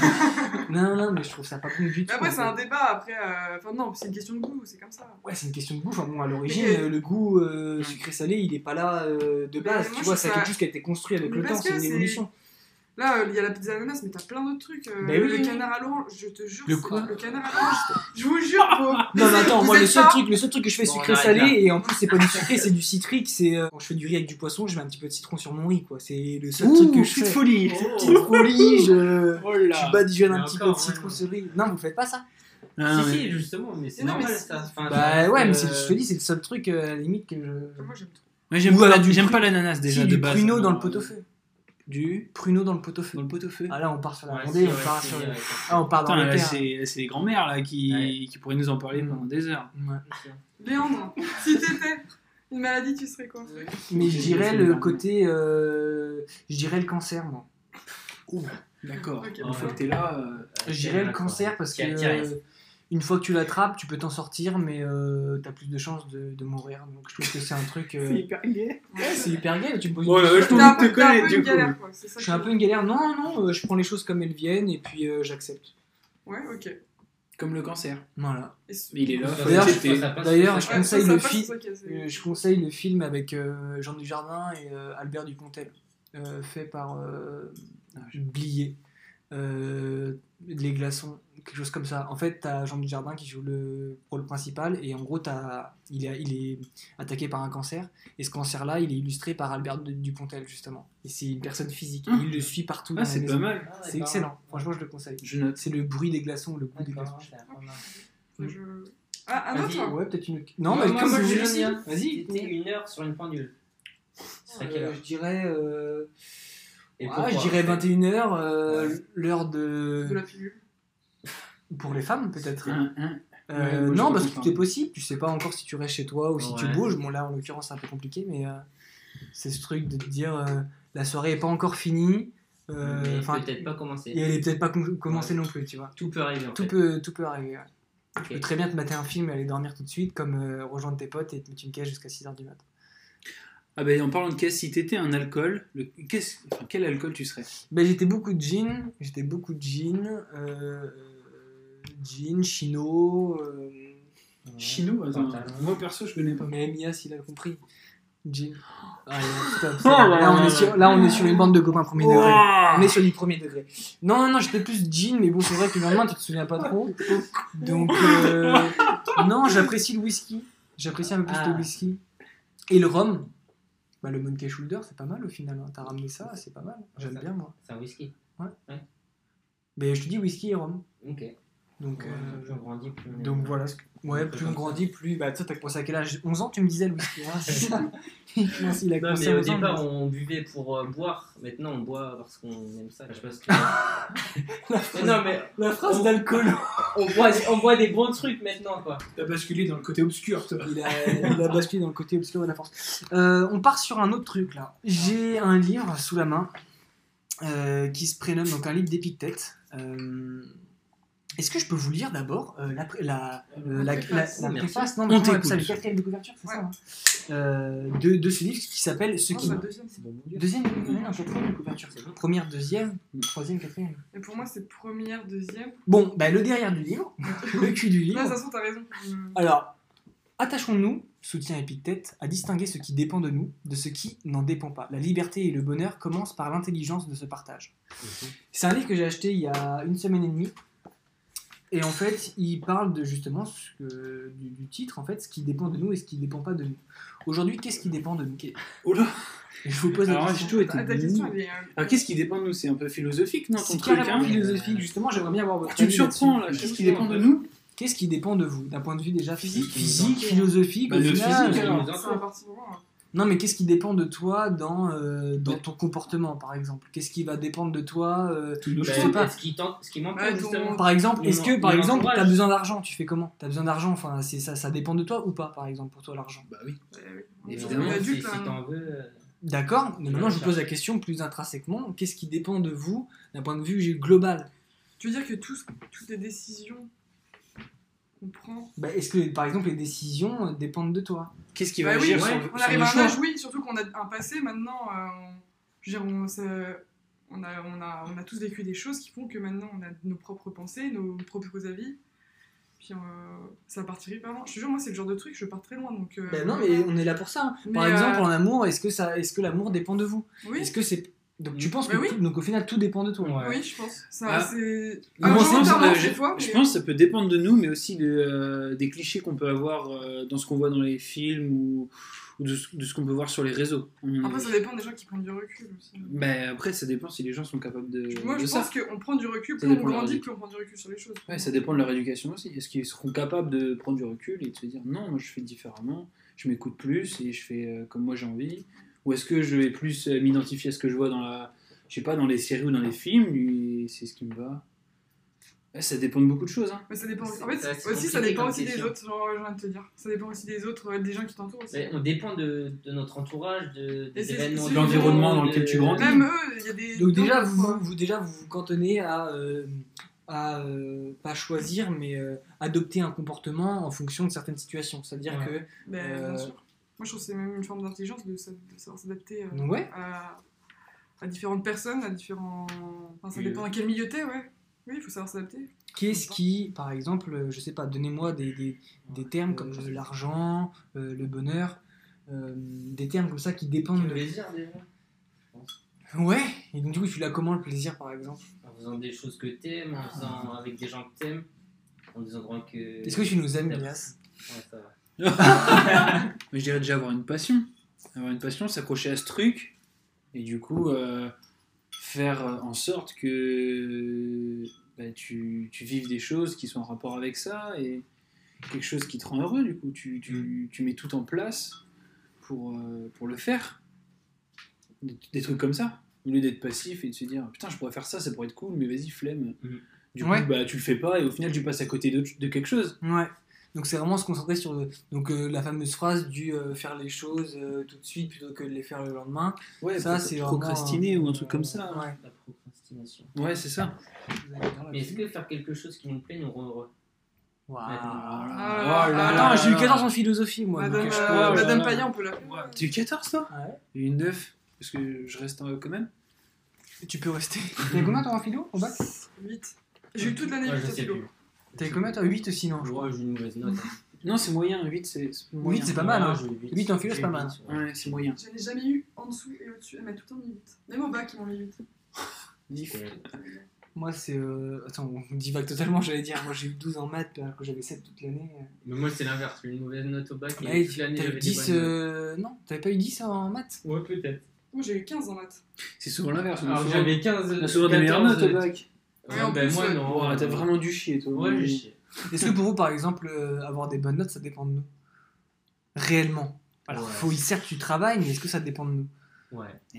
S1: non, non, mais je trouve ça pas bon du tout.
S4: Mais après, Ah. c'est
S1: en fait.
S4: un débat. Après, euh, enfin, non, c'est une question de goût, c'est comme ça.
S1: Ouais, c'est une question de goût. Enfin, bon, à l'origine,
S4: Mais-
S1: euh, le goût euh,
S5: Hmm.
S1: sucré-salé, il est pas là euh, de
S4: Mais
S1: base.
S4: moi,
S1: tu
S4: je
S1: vois,
S4: trouve
S1: c'est
S4: ça-
S1: quelque chose qui a été construit avec
S4: Mais
S1: le temps,
S4: parce
S1: c'est
S4: que
S1: une
S4: c'est-
S1: évolution.
S4: Là, euh, il y a la pizza ananas, mais t'as plein d'autres trucs. euh,
S1: Bah oui,
S4: le
S1: oui.
S4: canard à l'orange, je te jure.
S1: Le
S4: c'est-
S1: quoi
S4: Le canard à l'orange, je vous jure, faut-
S1: Non, mais attends,
S4: vous
S1: moi, le
S4: êtes
S1: seul,
S4: pas-
S1: truc, le seul truc que je fais
S5: Bon, on
S1: sucré-salé,
S5: arrête
S1: et en plus, c'est pas du sucré, c'est du citrique. C'est euh, quand je fais du riz avec du poisson, je mets un petit peu de citron sur mon riz, quoi. C'est le seul truc que je
S3: petite
S1: fais.
S5: Oh.
S3: folie.
S1: Petite folie, je.
S3: Oh
S1: Je
S3: là.
S1: badigeonne un
S5: Mais
S1: petit peu
S5: encore,
S1: de citron
S5: ouais.
S1: sur le riz. Non, vous faites pas ça.
S3: Ah,
S5: si,
S3: ouais.
S5: si, justement, mais c'est
S4: Mais non,
S5: normal
S4: mais c'est-
S5: ça. Enfin,
S1: Bah
S5: je-
S1: ouais, mais
S5: euh,
S1: c'est- je te dis, c'est le seul truc euh, à la limite que je.
S4: Moi, j'aime trop.
S3: Ouais, j'aime
S1: Ou
S3: pas,
S1: alors
S3: la-
S1: du
S3: j'aime
S1: pru-
S3: pas l'ananas déjà
S1: Si,
S3: de
S1: du
S3: base.
S1: pruneau
S3: mais
S1: dans le
S3: non,
S1: pot-au-feu. Du pruneau dans le pot-au-feu.
S3: Dans le pot-au-feu.
S1: Ah là, on part sur la
S5: ouais,
S1: rondée,
S5: si,
S1: on
S5: ouais,
S1: part
S5: si,
S1: sur.
S5: ouais,
S1: Ah, on part dans
S3: Attends,
S1: les
S3: là,
S1: terres.
S3: c'est c'est les grands-mères là qui,
S5: Ouais.
S3: qui pourraient nous en parler
S1: Mm.
S3: pendant des heures.
S1: Ouais.
S4: Léandre, si t'étais une maladie, tu serais quoi
S1: Mais je dirais
S3: c'est
S1: le
S3: énorme.
S1: côté. euh, Je dirais le cancer, moi. Oh,
S3: D'accord.
S4: Ok,
S3: Une fois
S4: pourquoi
S3: que t'es là, euh,
S1: Je dirais le cancer parce que. euh, Une fois que tu l'attrapes, tu peux t'en sortir, mais euh, t'as plus de chances de, de mourir. Donc je trouve que c'est un truc. euh,
S3: hyper gay.
S1: ouais, Euh, c'est hyper gay. Tu me poses une
S3: Ouais,
S1: question.
S3: ouais, je t'en
S4: T'as un
S3: te
S4: peu t'as un
S3: connais,
S4: peu
S3: du
S4: une
S3: coup.
S4: galère, quoi. c'est ça
S1: Je suis un
S4: qui-
S1: peu une galère. Non, non, euh, je prends les choses comme elles viennent et puis euh, j'accepte.
S4: Ouais, ok. Et
S3: Comme le cancer.
S1: Voilà.
S4: ce-
S3: Mais il est là. faut Ah,
S1: D'ailleurs,
S3: l'accepter.
S1: d'ailleurs,
S5: Ah,
S4: Ouais,
S1: Comme ça, il
S4: ça
S1: le
S4: passe,
S1: fit.
S4: c'est ok, c'est-
S1: Euh, je conseille le film avec euh, Jean Dujardin et euh, Albert Dupontel, euh, fait par euh, Blié, euh, Les Glaçons, quelque chose comme ça. En fait, t'as Jean Dujardin qui joue le rôle principal et en gros, t'as- il, est- il est attaqué par un cancer et ce cancer-là, il est illustré par Albert de- Dupontel, justement. Et c'est une personne physique. Et il le suit partout.
S3: Ah,
S1: dans la
S3: c'est
S1: maison.
S3: pas mal.
S1: C'est excellent. Franchement, je le conseille.
S3: Je note.
S1: C'est le bruit des glaçons, le goût des glaçons.
S4: Je- Ah, un
S5: Vas-y.
S4: autre
S1: Ouais, peut-être une. Non,
S5: Moi,
S1: mais
S5: moi,
S1: comme
S5: moi,
S1: vous
S5: je
S1: voulez.
S5: le dis, hein.
S1: Vas-y.
S5: C'était une heure sur une pendule. Ce serait quelle
S1: Euh,
S5: heure
S1: je dirais, euh,
S5: Et
S1: ouais,
S5: pourquoi
S1: je dirais 21h,
S5: Ouais.
S1: euh, l'heure
S4: de
S1: de...
S4: la pilule.
S1: Pour les femmes, peut-être.
S3: Hein, hein.
S1: Euh,
S3: Ouais, moi, je
S1: non,
S3: peux
S1: parce que
S3: comprendre.
S1: tout est possible. Tu sais pas encore si tu restes chez toi ou si tu
S5: Ouais.
S1: bouges. Bon, là, en l'occurrence, c'est un peu compliqué, mais euh, c'est ce truc de te dire euh, la soirée est pas encore finie. euh,
S5: Mais
S1: enfin,
S5: Peut-être pas commencer.
S1: Et elle est peut-être pas com- commencée
S5: Ouais.
S1: non plus, tu vois.
S5: Tout peut arriver. en
S1: Tout
S5: fait.
S1: peut, tout peut arriver. ouais.
S5: Ok.
S1: Tu peux très bien te mater un film et aller dormir tout de suite, comme euh, rejoindre tes potes et te mettre une caisse jusqu'à 6h du matin.
S3: Ah ben en parlant de caisse, si t'étais un alcool, le... qu'est-ce- enfin, quel alcool tu serais
S1: Ben, j'étais beaucoup de jeans, j'étais beaucoup de jeans, euh, jeans, chino, euh,
S3: Chino attends.
S5: Pantalon.
S3: Moi perso, je connais pas.
S1: mais Mias il a compris. Jean. Ah, là, stop, stop.
S3: là
S1: là, on
S3: là
S1: est sur, là, on est sur une bande de copains premier degré.
S3: Ouah
S1: On est sur du premier degré. Non, non, non, j'étais plus jean, mais bon, c'est vrai que le lendemain, tu te souviens pas trop. Donc, euh, non, j'apprécie le whisky. J'apprécie un peu plus
S5: Ah.
S1: le whisky. Et le rhum. Bah, le Monkey Shoulder, c'est pas mal au final. hein. T'as ramené ça, c'est pas mal. J'aime bien, moi.
S5: C'est un whisky.
S1: Mais je te dis whisky et rhum.
S5: Ok.
S1: Donc,
S5: Ouais,
S1: euh,
S5: plus on grandit, plus on est-
S1: Donc voilà. ce que- Ouais,
S5: On peut
S1: plus on
S5: comme ça.
S1: grandit, plus. Bah, toi, t'as commencé à quel âge 11 ans, tu me disais, Louis. hein, c'est ça Non, s'il a
S5: Non,
S1: commencé
S5: mais au
S1: à 11 ans,
S5: départ, on buvait pour euh, boire. Maintenant, on boit parce qu'on aime ça. Je sais pas ce que-
S1: La
S5: Mais
S1: phrase,
S5: non, mais
S1: la phrase
S5: on-
S1: d'alcool.
S5: on boit, on boit des bons trucs maintenant, quoi.
S3: T'as basculé dans le côté obscur, toi.
S1: Il a, il a basculé dans le côté obscur de la force. Euh, on part sur un autre truc là. J'ai un livre sous la main euh, qui se prénomme donc un livre d'Épictète. Euh, Est-ce que je peux vous lire d'abord euh, la, pré- la, euh, la, la-
S4: préface.
S1: la
S5: Merci.
S1: préface Non,
S3: On
S1: mais comment on appelle
S3: t'écoute.
S1: ça le quatrième de couverture, c'est
S4: Ouais.
S1: ça hein Euh, de, de ce livre qui s'appelle Ce
S4: Non,
S1: qui.
S4: c'est la deuxième.
S1: Deuxième, non, non, quatrième de couverture. Première, deuxième, troisième, quatrième.
S4: Et pour moi, c'est première, deuxième.
S1: Bon, bah, le derrière du livre, le cul du
S4: Là, de toute
S1: livre.
S4: façon, t'as raison. Hum.
S1: Alors, attachons-nous, soutient Épictète, à distinguer ce qui dépend de nous de ce qui n'en dépend pas. La liberté et le bonheur commencent par l'intelligence de ce partage.
S3: Mhm.
S1: C'est un livre que j'ai acheté il y a une semaine et demie. Et en fait, il parle de justement ce que- du, du titre, en fait, ce qui dépend de nous et ce qui ne dépend pas de nous. Aujourd'hui, qu'est-ce qui dépend de nous
S3: Oh là
S1: Je vous pose la
S3: Alors,
S1: question.
S3: j'ai toujours été
S4: Ah, Ta
S3: nini.
S4: question, elle est. euh,
S3: Alors qu'est-ce qui dépend de nous C'est un peu philosophique, non ton
S1: C'est
S3: truc
S1: carrément
S3: hein
S1: philosophique, justement, j'aimerais bien avoir votre
S3: Tu me
S1: avis
S3: surprends là.
S1: là-dessus.
S3: Qu'est-ce qui dépend de nous
S1: Qu'est-ce qui dépend de vous D'un point de vue déjà physique,
S5: Physique,
S1: physique, philosophique,
S3: Bah,
S1: au
S3: le
S1: final,
S3: physique,
S1: euh,
S5: alors.
S4: C'est un parti pour moi.
S1: Non, mais qu'est-ce qui dépend de toi dans, euh, dans
S3: Bah.
S1: ton comportement, par exemple Qu'est-ce qui va dépendre de toi euh,
S3: Tous nos
S5: Bah,
S1: sais
S3: choix.
S1: pas.
S5: Ce qui tente, ce qui manque,
S4: Ouais,
S5: justement.
S1: Par exemple,
S5: Mon-
S1: est-ce que, par
S5: mon
S1: exemple,
S5: entourage.
S1: t'as besoin d'argent Tu fais comment T'as besoin d'argent Enfin, c'est ça, ça dépend de toi ou pas, par exemple, pour toi, l'argent
S3: Bah oui.
S4: Ouais, Eh oui.
S5: Évidemment,
S4: On est
S5: si,
S4: adulte, hein.
S5: si
S4: là,
S5: t'en veux. euh,
S1: D'accord Mais maintenant, je vous pose la question plus intrinsèquement. Qu'est-ce qui dépend de vous d'un point de vue global
S4: Tu veux dire que tous- toutes les décisions qu'on prend.
S1: Bah, Est-ce que, par exemple, les décisions euh, dépendent de toi
S3: Qu'est-ce qui
S4: Bah
S3: va
S4: oui,
S3: agir
S4: ouais,
S3: sur,
S4: on
S3: sur
S4: arrive
S3: le
S4: à un
S3: choix
S4: âge, oui, surtout qu'on a un passé maintenant. euh, on- je veux dire, on, ça- on, a, on, a, on a tous vécu des choses qui font que maintenant on a nos propres pensées, nos propres avis. Puis euh, ça partirait pas loin. Je te jure, moi, c'est le genre de truc, je pars très loin. Donc, euh,
S1: Bah, Non, mais on est là pour ça. hein. Par
S4: Mais,
S1: exemple,
S4: euh,
S1: en amour, est-ce que, ça- est-ce que l'amour dépend de vous
S4: Oui,
S1: Est-ce que c'est. Donc tu penses que
S4: Bah oui.
S1: tout- donc au final tout dépend de toi.
S4: oui, je pense. Ça,
S3: Ah.
S4: c'est.
S3: Moi,
S4: Ah,
S3: je pense,
S4: volontairement,
S3: euh,
S4: des
S3: j'ai-
S4: fois,
S3: je
S4: mais-
S3: pense que ça peut dépendre de nous, mais aussi de, euh, des clichés qu'on peut avoir euh, dans ce qu'on voit dans les films ou, ou de, ce- de ce qu'on peut voir sur les réseaux. On-
S4: Après, ça dépend des gens qui prennent du recul aussi.
S3: Mais après, ça dépend si les gens sont capables de,
S4: Moi,
S3: Euh, de
S4: je
S3: ça.
S4: pense qu'on prend du recul,
S3: Ça
S4: plus on
S3: dépend de leur
S4: grandit,
S3: vie.
S4: plus on prend du recul sur les choses.
S3: Ouais, ça dépend de leur éducation aussi. Est-ce qu'ils seront capables de prendre du recul et de se dire non, moi je fais différemment, je m'écoute plus et je fais euh, comme moi j'ai envie Ou est-ce que je vais plus euh, m'identifier à ce que je vois dans la, je sais pas, dans les séries ou dans les films et c'est ce qui me va Ouais, Ça dépend de beaucoup de choses. hein.
S4: Mais ça dépend.
S5: C'est-
S4: En fait,
S5: c'est assez
S4: aussi, ça
S5: compliqué
S4: dépend
S5: comme
S4: aussi des
S5: question.
S4: autres, genre, j'ai envie de te dire. Ça dépend aussi des autres, euh, des gens qui t'entourent aussi.
S5: Mais on dépend de, de notre entourage, de, des
S4: c'est-
S5: événements,
S4: c'est-
S5: du
S4: l'environnement
S5: monde,
S3: dans lequel
S5: de-
S3: tu grandis.
S4: Même eux, il y a des.
S1: Donc déjà
S4: d'autres,
S1: vous,
S4: quoi.
S1: vous déjà vous vous cantonnez à euh, à euh, pas choisir mais euh, adopter un comportement en fonction de certaines situations. C'est-à-dire
S4: Ben,
S1: Euh,
S4: bien sûr. Moi, je trouve que c'est même une forme d'intelligence de, sa- de savoir s'adapter euh,
S1: que ouais.
S4: à, à différentes personnes, à différents. Enfin, ça
S3: Milieu.
S4: dépend à quel milieu t'es, ouais. Oui, il faut savoir s'adapter.
S1: Qu'est-ce qui, par exemple, euh, je sais pas, donnez-moi des, des, des termes comme euh, l'argent, euh, le bonheur, euh, des termes comme ça qui dépendent
S5: Le
S1: de.
S5: plaisir déjà.
S1: Ouais. Et donc du coup, tu l'as comment le plaisir, par exemple
S5: En faisant des choses que t'aimes, en faisant avec des gens que t'aimes, en des endroits que.
S1: Est-ce que tu nous aimes,
S5: Ouais,
S1: Elias
S5: ça va.
S3: Mais je dirais déjà avoir une passion. Avoir une passion, s'accrocher à ce truc et du coup euh, faire euh, en sorte que bah, tu, tu vives des choses qui sont en rapport avec ça et quelque chose qui te rend heureux. Du coup, tu,
S1: Mm.
S3: tu, tu mets tout en place pour, euh, pour le faire. Des, des trucs comme ça. Au lieu d'être passif et de se dire putain, je pourrais faire ça, ça pourrait être cool, mais vas-y, flemme.
S5: Mhm.
S3: Du coup,
S1: Mm. Ouais.
S3: bah, tu le fais pas et au final, tu passes à côté de, de quelque chose.
S1: Ouais. Donc c'est vraiment se concentrer sur le- donc euh, la fameuse phrase du euh, faire les choses euh, tout de suite plutôt que de les faire le lendemain.
S3: Ouais,
S1: ça
S3: pro-
S1: c'est vraiment,
S3: procrastiner ou un
S1: euh,
S3: truc comme ça.
S1: Ouais.
S5: La procrastination.
S3: Ouais, c'est ça.
S1: Vous allez
S4: Ah,
S1: dire
S5: Mais est-ce
S1: là-dessus.
S5: que faire quelque chose qui nous plaît nous rend heureux
S1: Waouh.
S4: Ah,
S3: Oh là
S4: ah,
S3: là
S1: Attends, j'ai eu
S3: là
S1: 14
S3: là.
S1: en philosophie moi.
S4: Madame,
S1: donc,
S3: je
S4: euh,
S3: crois,
S4: Madame
S3: euh,
S4: Payen, on peut l'appeler.
S3: Ah Ouais, T'as eu 14 toi
S1: Ouais.
S3: J'ai eu 9, parce que je reste en- quand même.
S1: Tu peux rester. T'avais combien toi en philo au bac
S4: 8. J'ai eu toute l'année
S5: Moi,
S4: vite
S5: Ah, Je
S4: à
S5: sais
S4: philo.
S5: plus.
S1: T'avais combien toi 8 aussi non
S5: Je
S1: je crois.
S5: crois que j'ai une mauvaise note. Ah,
S3: Non, c'est moyen, 8 c'est c'est moyen.
S1: Huit, c'est pas mal, hein.
S5: J'ai huit.
S1: Huit en philo, c'est
S5: J'ai
S1: pas mal.
S5: huit, ouais.
S3: Ouais, c'est moyen.
S4: J'en ai jamais eu en dessous et au-dessus. Elle m'a tout le temps mis 8. Même au bac, ils m'ont mis 8.
S3: Dif.
S1: Moi c'est euh, attends on divague totalement j'allais dire moi j'ai eu 12 en maths alors que j'avais 7 toute l'année.
S5: Mais moi, c'est l'inverse. J'ai eu une mauvaise note au bac.
S1: Bah,
S5: et toute l'année,
S1: T'as
S5: j'avais
S1: eu
S5: des
S1: 10
S5: bonnes notes.
S1: euh, non t'avais pas eu 10 en
S3: euh,
S1: maths
S5: Ouais, peut-être.
S4: Moi, j'ai eu 15 en maths.
S3: C'est souvent l'inverse. on a
S5: Alors,
S3: souvent-
S5: j'avais 15.
S3: on a souvent des meilleures
S5: 14,
S3: notes au bac.
S5: euh, Ouais,
S4: Ouais, en
S5: ben,
S4: plus,
S5: moi,
S4: ouais.
S5: non.
S3: Ouais, T'as vraiment du chier, toi.
S5: Ouais, j'ai chié.
S1: Est-ce que pour vous par exemple euh, avoir des bonnes notes ça dépend de nous réellement alors
S5: Ouais.
S1: faut certes tu travailles mais est-ce que ça dépend de nous
S5: Ouais.
S3: Et
S5: tu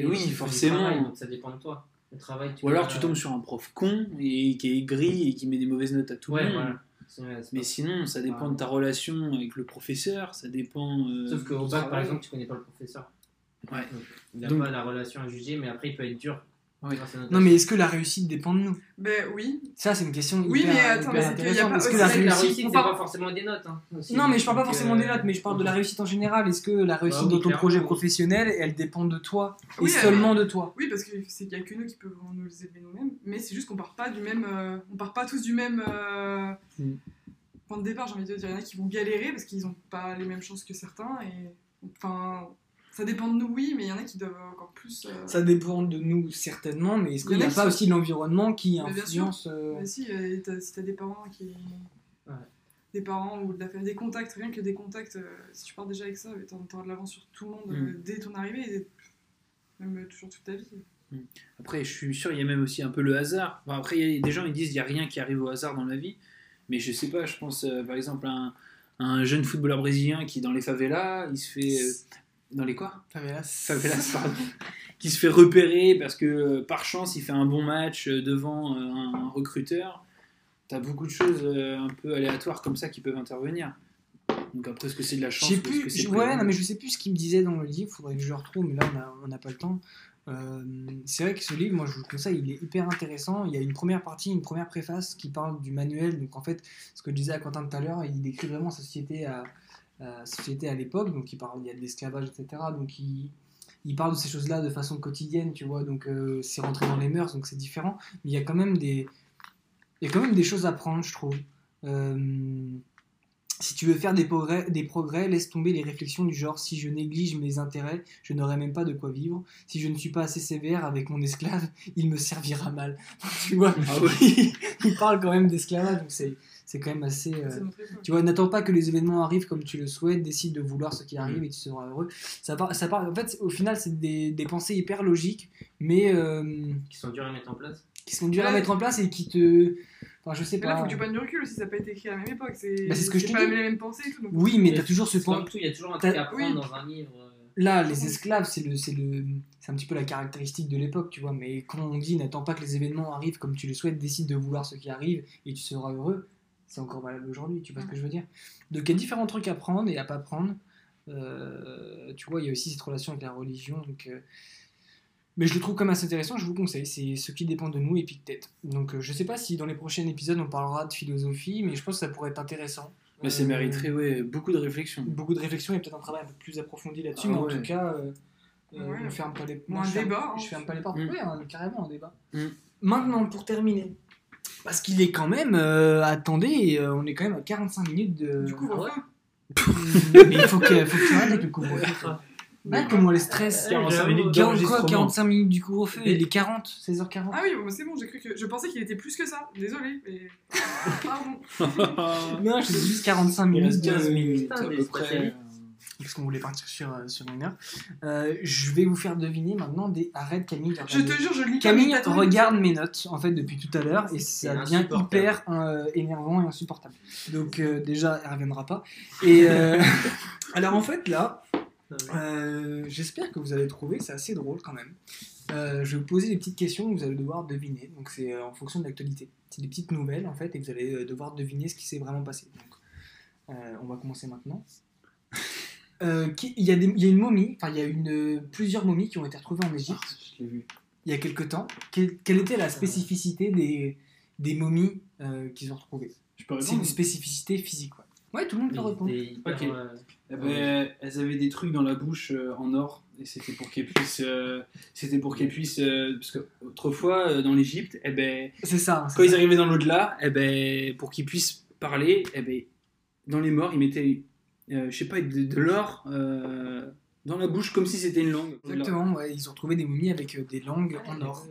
S5: fais
S3: oui,
S5: du travail,
S3: forcément.
S5: donc ça dépend de toi. Le travail, tu
S3: Ou alors
S5: vas-
S3: tu tombes sur un prof con et qui est gris et qui met des mauvaises notes à tout
S5: Ouais,
S3: le monde.
S5: voilà. C'est- c'est
S3: Mais sinon, ça dépend de ta relation avec le professeur, ça dépend. euh,
S5: Sauf qu'au
S3: du
S5: bac, par
S3: travail.
S5: exemple, tu connais pas le professeur.
S3: Ouais.
S5: Donc, Il n'a
S3: Donc-
S5: pas la relation à juger, mais après, il peut être dur.
S3: Ouais.
S5: Grâce à notre-
S1: Non mais est-ce que la réussite dépend de nous
S4: Ben oui.
S1: Ça c'est une question
S4: Oui,
S1: hyper,
S4: mais attends,
S1: hyper
S4: mais c'est qu'il y a
S1: intéressante.
S4: pas-
S1: Est-ce que la
S5: Parce que
S4: aussi
S5: la
S1: réussite
S5: réussite,
S1: on
S5: c'est
S1: parle-
S5: pas forcément des notes. hein, aussi.
S1: Non mais je parle pas
S5: Donc,
S1: forcément des
S5: euh, Bah
S1: notes mais je parle de la réussite en général. Est-ce que la réussite
S5: oui,
S1: dans ton
S5: clairement,
S1: projet
S5: oui.
S1: professionnel elle dépend de toi et
S4: Oui, elle-
S1: seulement de toi
S4: Oui, parce que c'est qu'il n'y a que nous qui pouvons nous élever nous-mêmes, mais c'est juste qu'on part pas du même, euh, on part pas tous du même euh,
S1: Mm.
S4: point de départ. J'ai envie de dire, il y en a qui vont galérer parce qu'ils n'ont pas les mêmes chances que certains et enfin, ça dépend de nous, oui, mais il y en a qui doivent encore plus. euh,
S1: Ça dépend de nous certainement, mais est-ce
S4: Il
S1: qu'il
S4: y
S1: n'y
S4: en
S1: a
S4: a
S1: pas
S4: qui-
S1: aussi l'environnement qui
S4: Mais bien
S1: influence euh,
S4: Mais si, euh, t'as- si t'as des parents qui,
S5: Ouais.
S4: des parents ou de la famille, des contacts, rien que des contacts, euh, si tu pars déjà avec ça, t'as t'auras de l'avance sur tout le monde
S1: Mm.
S4: euh, dès ton arrivée, et même euh, toujours toute ta vie.
S3: Après, je suis sûr, il y a même aussi un peu le hasard. Enfin, après, il y a des gens ils disent il n'y a rien qui arrive au hasard dans la vie. Mais je sais pas, je pense euh, par exemple à un, à un jeune footballeur brésilien qui, dans les favelas, il se fait. euh, dans les quoi Favelas, pardon. qui se fait repérer parce que euh, par chance, il fait un bon match euh, devant euh, un recruteur. T'as beaucoup de choses euh, un peu aléatoires comme ça qui peuvent intervenir. Donc après, est-ce que c'est de la
S1: Je
S3: chance
S1: sais
S3: ou est-ce que
S1: plus,
S3: c'est
S1: je-
S3: prévu
S1: ouais, non, mais je sais plus ce qu'il me disait dans le livre, faudrait que je le retrouve, mais là on a- on n'a pas le temps. Euh, c'est vrai que ce livre, moi je vous le conseille, il est hyper intéressant. Il y a une première partie, une première préface qui parle du manuel. Donc en fait, ce que je disais à Quentin tout à l'heure, il décrit vraiment société à, à société à l'époque. Donc il parle, il y a de l'esclavage, etc. Donc il, il parle de ces choses-là de façon quotidienne, tu vois. Donc euh, c'est rentré dans les mœurs, donc c'est différent. Mais il y a quand même des, il y a quand même des choses à prendre, je trouve. Euh, si tu veux faire des progrès, des progrès, laisse tomber les réflexions du genre si je néglige mes intérêts, je n'aurai même pas de quoi vivre. Si je ne suis pas assez sévère avec mon esclave, il me servira mal. tu vois,
S4: Ah
S1: il parle quand même d'esclavage, donc c'est c'est quand même assez. euh,
S4: C'est notre époque.
S1: tu vois, n'attends pas que les événements arrivent comme tu le souhaites, décide de vouloir ce qui
S4: Mm.
S1: arrive et tu seras heureux. Ça part, ça part, en fait, au final, c'est des, des pensées hyper logiques, mais euh,
S5: Qui sont durs à mettre en place.
S1: qui sont dures à
S4: Ouais.
S1: mettre en place et qui te. Enfin, je sais
S4: Mais là,
S1: pas.
S4: faut que tu prennes du recul aussi, ça n'a pas été écrit à la même époque. C'est
S1: Bah, c'est ce que je te
S4: pas
S1: dis.
S4: les mêmes pensées et tout. Donc...
S1: Oui, mais t'as toujours ce
S5: C'est
S1: point.
S5: comme tout, il y a toujours un truc
S1: T'as-
S5: à prendre
S4: oui.
S5: dans un livre. euh,
S1: Là, les esclaves, c'est le, c'est le, c'est un petit peu la caractéristique de l'époque, tu vois. Mais quand on dit n'attends pas que les événements arrivent comme tu le souhaites, décide de vouloir ce qui arrive et tu seras heureux, c'est encore valable aujourd'hui, tu vois ce que je veux dire. Donc il y a différents trucs à prendre et à pas prendre. Euh, tu vois, il y a aussi cette relation avec la religion. Donc, euh, Mais je le trouve comme assez intéressant, je vous conseille. C'est ce qui dépend de nous et Pictet. Donc euh, je sais pas si dans les prochains épisodes on parlera de philosophie, mais je pense que ça pourrait être intéressant.
S3: Mais ça
S1: Euh,
S3: mériterait ouais, beaucoup de réflexion.
S1: beaucoup de réflexion et peut-être un travail un peu plus approfondi là-dessus,
S3: Ah
S1: mais
S3: ouais.
S1: en tout cas, euh, euh,
S4: Ouais.
S1: on ferme pas les
S4: Ou
S1: moi,
S4: un
S1: je ferme-
S4: débat, hein.
S1: je ferme pas les portes.
S3: Mm.
S1: Ouais, un- carrément un débat.
S3: Mm.
S1: Maintenant, pour terminer, parce qu'il est quand même. euh, attendez, euh, on est quand même à 45 minutes de.
S4: Du coup,
S5: Ah
S4: voilà.
S1: mais il faut que, faut que tu arrêtes avec le couvre-feu.
S4: Ah.
S1: toi. Ouais, comment les stress
S5: Ouais,
S2: 45
S5: j'avoue,
S2: minutes
S1: Il y a encore
S2: d'enregistrement.
S1: 45 minutes du couvre-feu,
S5: Et-
S1: il est 40, 16h40.
S4: Ah oui, bon, c'est bon, j'ai cru que. Je pensais qu'il était plus que ça. Désolé, mais. Pardon.
S1: Non, je dis juste 45 minutes. de-
S5: Putain, mais c'est pas terrible.
S1: Parce qu'on voulait partir sur, euh, sur une heure. Euh, je vais vous faire deviner maintenant des arrêtes Camille.
S4: Je te jure, je lis pas
S1: Camille
S4: mes tatouages.
S1: regarde mes notes en fait depuis tout à l'heure et ça
S5: C'est
S1: devient
S5: insupportable.
S1: hyper euh, énervant et insupportable. Donc euh, déjà, elle reviendra pas. Et euh, alors en fait là, euh, j'espère que vous avez trouvé, c'est assez drôle quand même. Euh, je vais vous poser des petites questions que vous allez devoir deviner. Donc c'est euh, en fonction de l'actualité. C'est des petites nouvelles en fait et vous allez euh, devoir deviner ce qui s'est vraiment passé. Donc euh, on va commencer maintenant. Euh, qui- Il y, a des- il y a une momie, enfin il y a une, euh, plusieurs momies qui ont été retrouvées en Égypte
S3: Je l'ai vu.
S1: il y a quelque temps. Quelle, quelle était la spécificité des, des momies euh, qu'ils ont retrouvées
S3: Je peux
S1: C'est une
S3: répondre
S1: spécificité physique, ouais. Bah, Ouais, tout le monde peut répondre.
S5: Des hyper,
S3: Ok.
S5: euh,
S3: Eh ben, Elles avaient des trucs dans la bouche euh, en or et c'était pour qu'elles puissent. euh, c'était pour qu'elles puissent. euh, parce qu'autrefois, dans l'Égypte, eh ben,
S1: C'est ça. hein, c'est
S3: quand ils
S1: ça.
S3: arrivaient dans l'au-delà, eh ben, pour qu'ils puissent parler, eh ben, dans les morts, ils mettaient, euh, je sais pas, de, de l'or euh, dans la bouche comme si c'était une langue.
S1: Exactement, ouais, ils ont retrouvé des momies avec euh, des langues
S5: Ah,
S1: en or.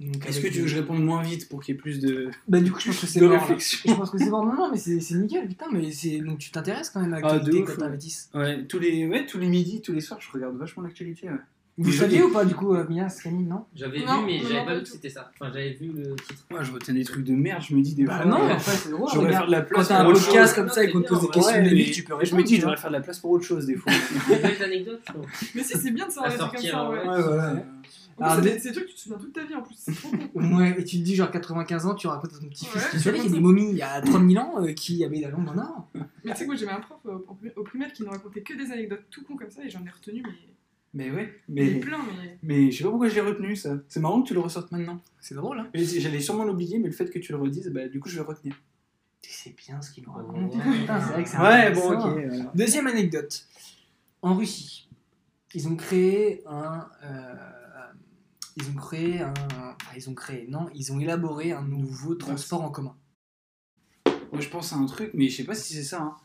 S1: Donc,
S3: Est-ce que
S1: avec
S3: tu veux que je
S1: des-
S3: réponde moins vite pour qu'il y ait plus de,
S1: Bah, du coup, je pense que c'est
S3: de
S1: mort. là.
S3: réflexion
S1: Je pense que c'est mort. Non, non, mais c'est c'est nickel, putain. Mais c'est- donc, tu t'intéresses quand même à
S3: Ah, de
S1: l'actualité
S3: ouf,
S1: quand
S3: ouais.
S1: t'avais 10.
S3: Ouais, tous les, ouais, tous les midis, tous les soirs, je regarde vachement l'actualité. ouais.
S1: Vous
S3: Je-
S1: saviez ou pas, du coup, euh, Mia, Camille, non
S5: J'avais vu,
S4: Non,
S5: mais
S4: non,
S5: j'avais
S4: non,
S5: pas
S4: pas
S5: vu
S4: du
S5: que
S4: tout.
S5: c'était ça. Enfin, j'avais vu le titre.
S3: Ouais, je retiens des trucs de merde, je me dis des
S1: Bah,
S3: fois, euh,
S1: non,
S3: ouais,
S1: en fait, c'est drôle.
S3: j'aurais
S1: regarde.
S3: faire de la
S1: Quand
S3: place
S1: t'as un
S3: pour autre chose.
S1: podcast comme ça et qu'on te pose des
S5: Ouais,
S1: questions,
S3: mais
S1: limite, tu peux
S3: je me
S1: répondre.
S3: dis,
S1: tu
S3: j'aurais
S1: vois.
S3: faire de la place pour autre chose des fois.
S5: Des belles anecdotes, je trouve.
S4: Mais si, c'est bien de
S5: À
S4: savoir des trucs comme
S5: sortir,
S4: ça, ouais.
S5: ouais.
S1: Ouais, voilà.
S4: En
S1: Ah,
S4: plus,
S1: mais-
S4: C'est des trucs que tu te souviens toute ta vie en plus. C'est trop cool.
S1: Ouais, et tu te dis, genre 95 ans, tu racontes à ton petit fils.
S4: Ouais.
S1: Tu savais qu'il y a des momies il y a 3000 ans euh, qui avaient la langue en or
S4: Mais tu sais, que moi j'avais un prof euh, au prim- au primaire qui nous racontait que des anecdotes tout con comme ça et j'en ai retenu, mais.
S3: Mais ouais,
S4: Mais
S3: mais,
S4: plein, mais.
S3: mais je sais pas pourquoi je l'ai retenu ça. C'est marrant que tu le ressortes maintenant.
S1: C'est drôle, hein
S3: Mais J'allais sûrement l'oublier, mais le fait que tu le redises, bah du coup je vais le retenir.
S1: C'est bien ce qu'il nous raconte.
S5: Ouais.
S1: Ah, Putain, c'est vrai que c'est
S3: Ouais,
S1: intéressant.
S3: bon, ok. voilà.
S1: Deuxième anecdote. En Russie, ils ont créé un. euh, ils ont créé un. enfin, ils ont créé, non, ils ont élaboré un nouveau transport en commun.
S3: Moi je pense à un truc, mais je sais pas si c'est ça. hein.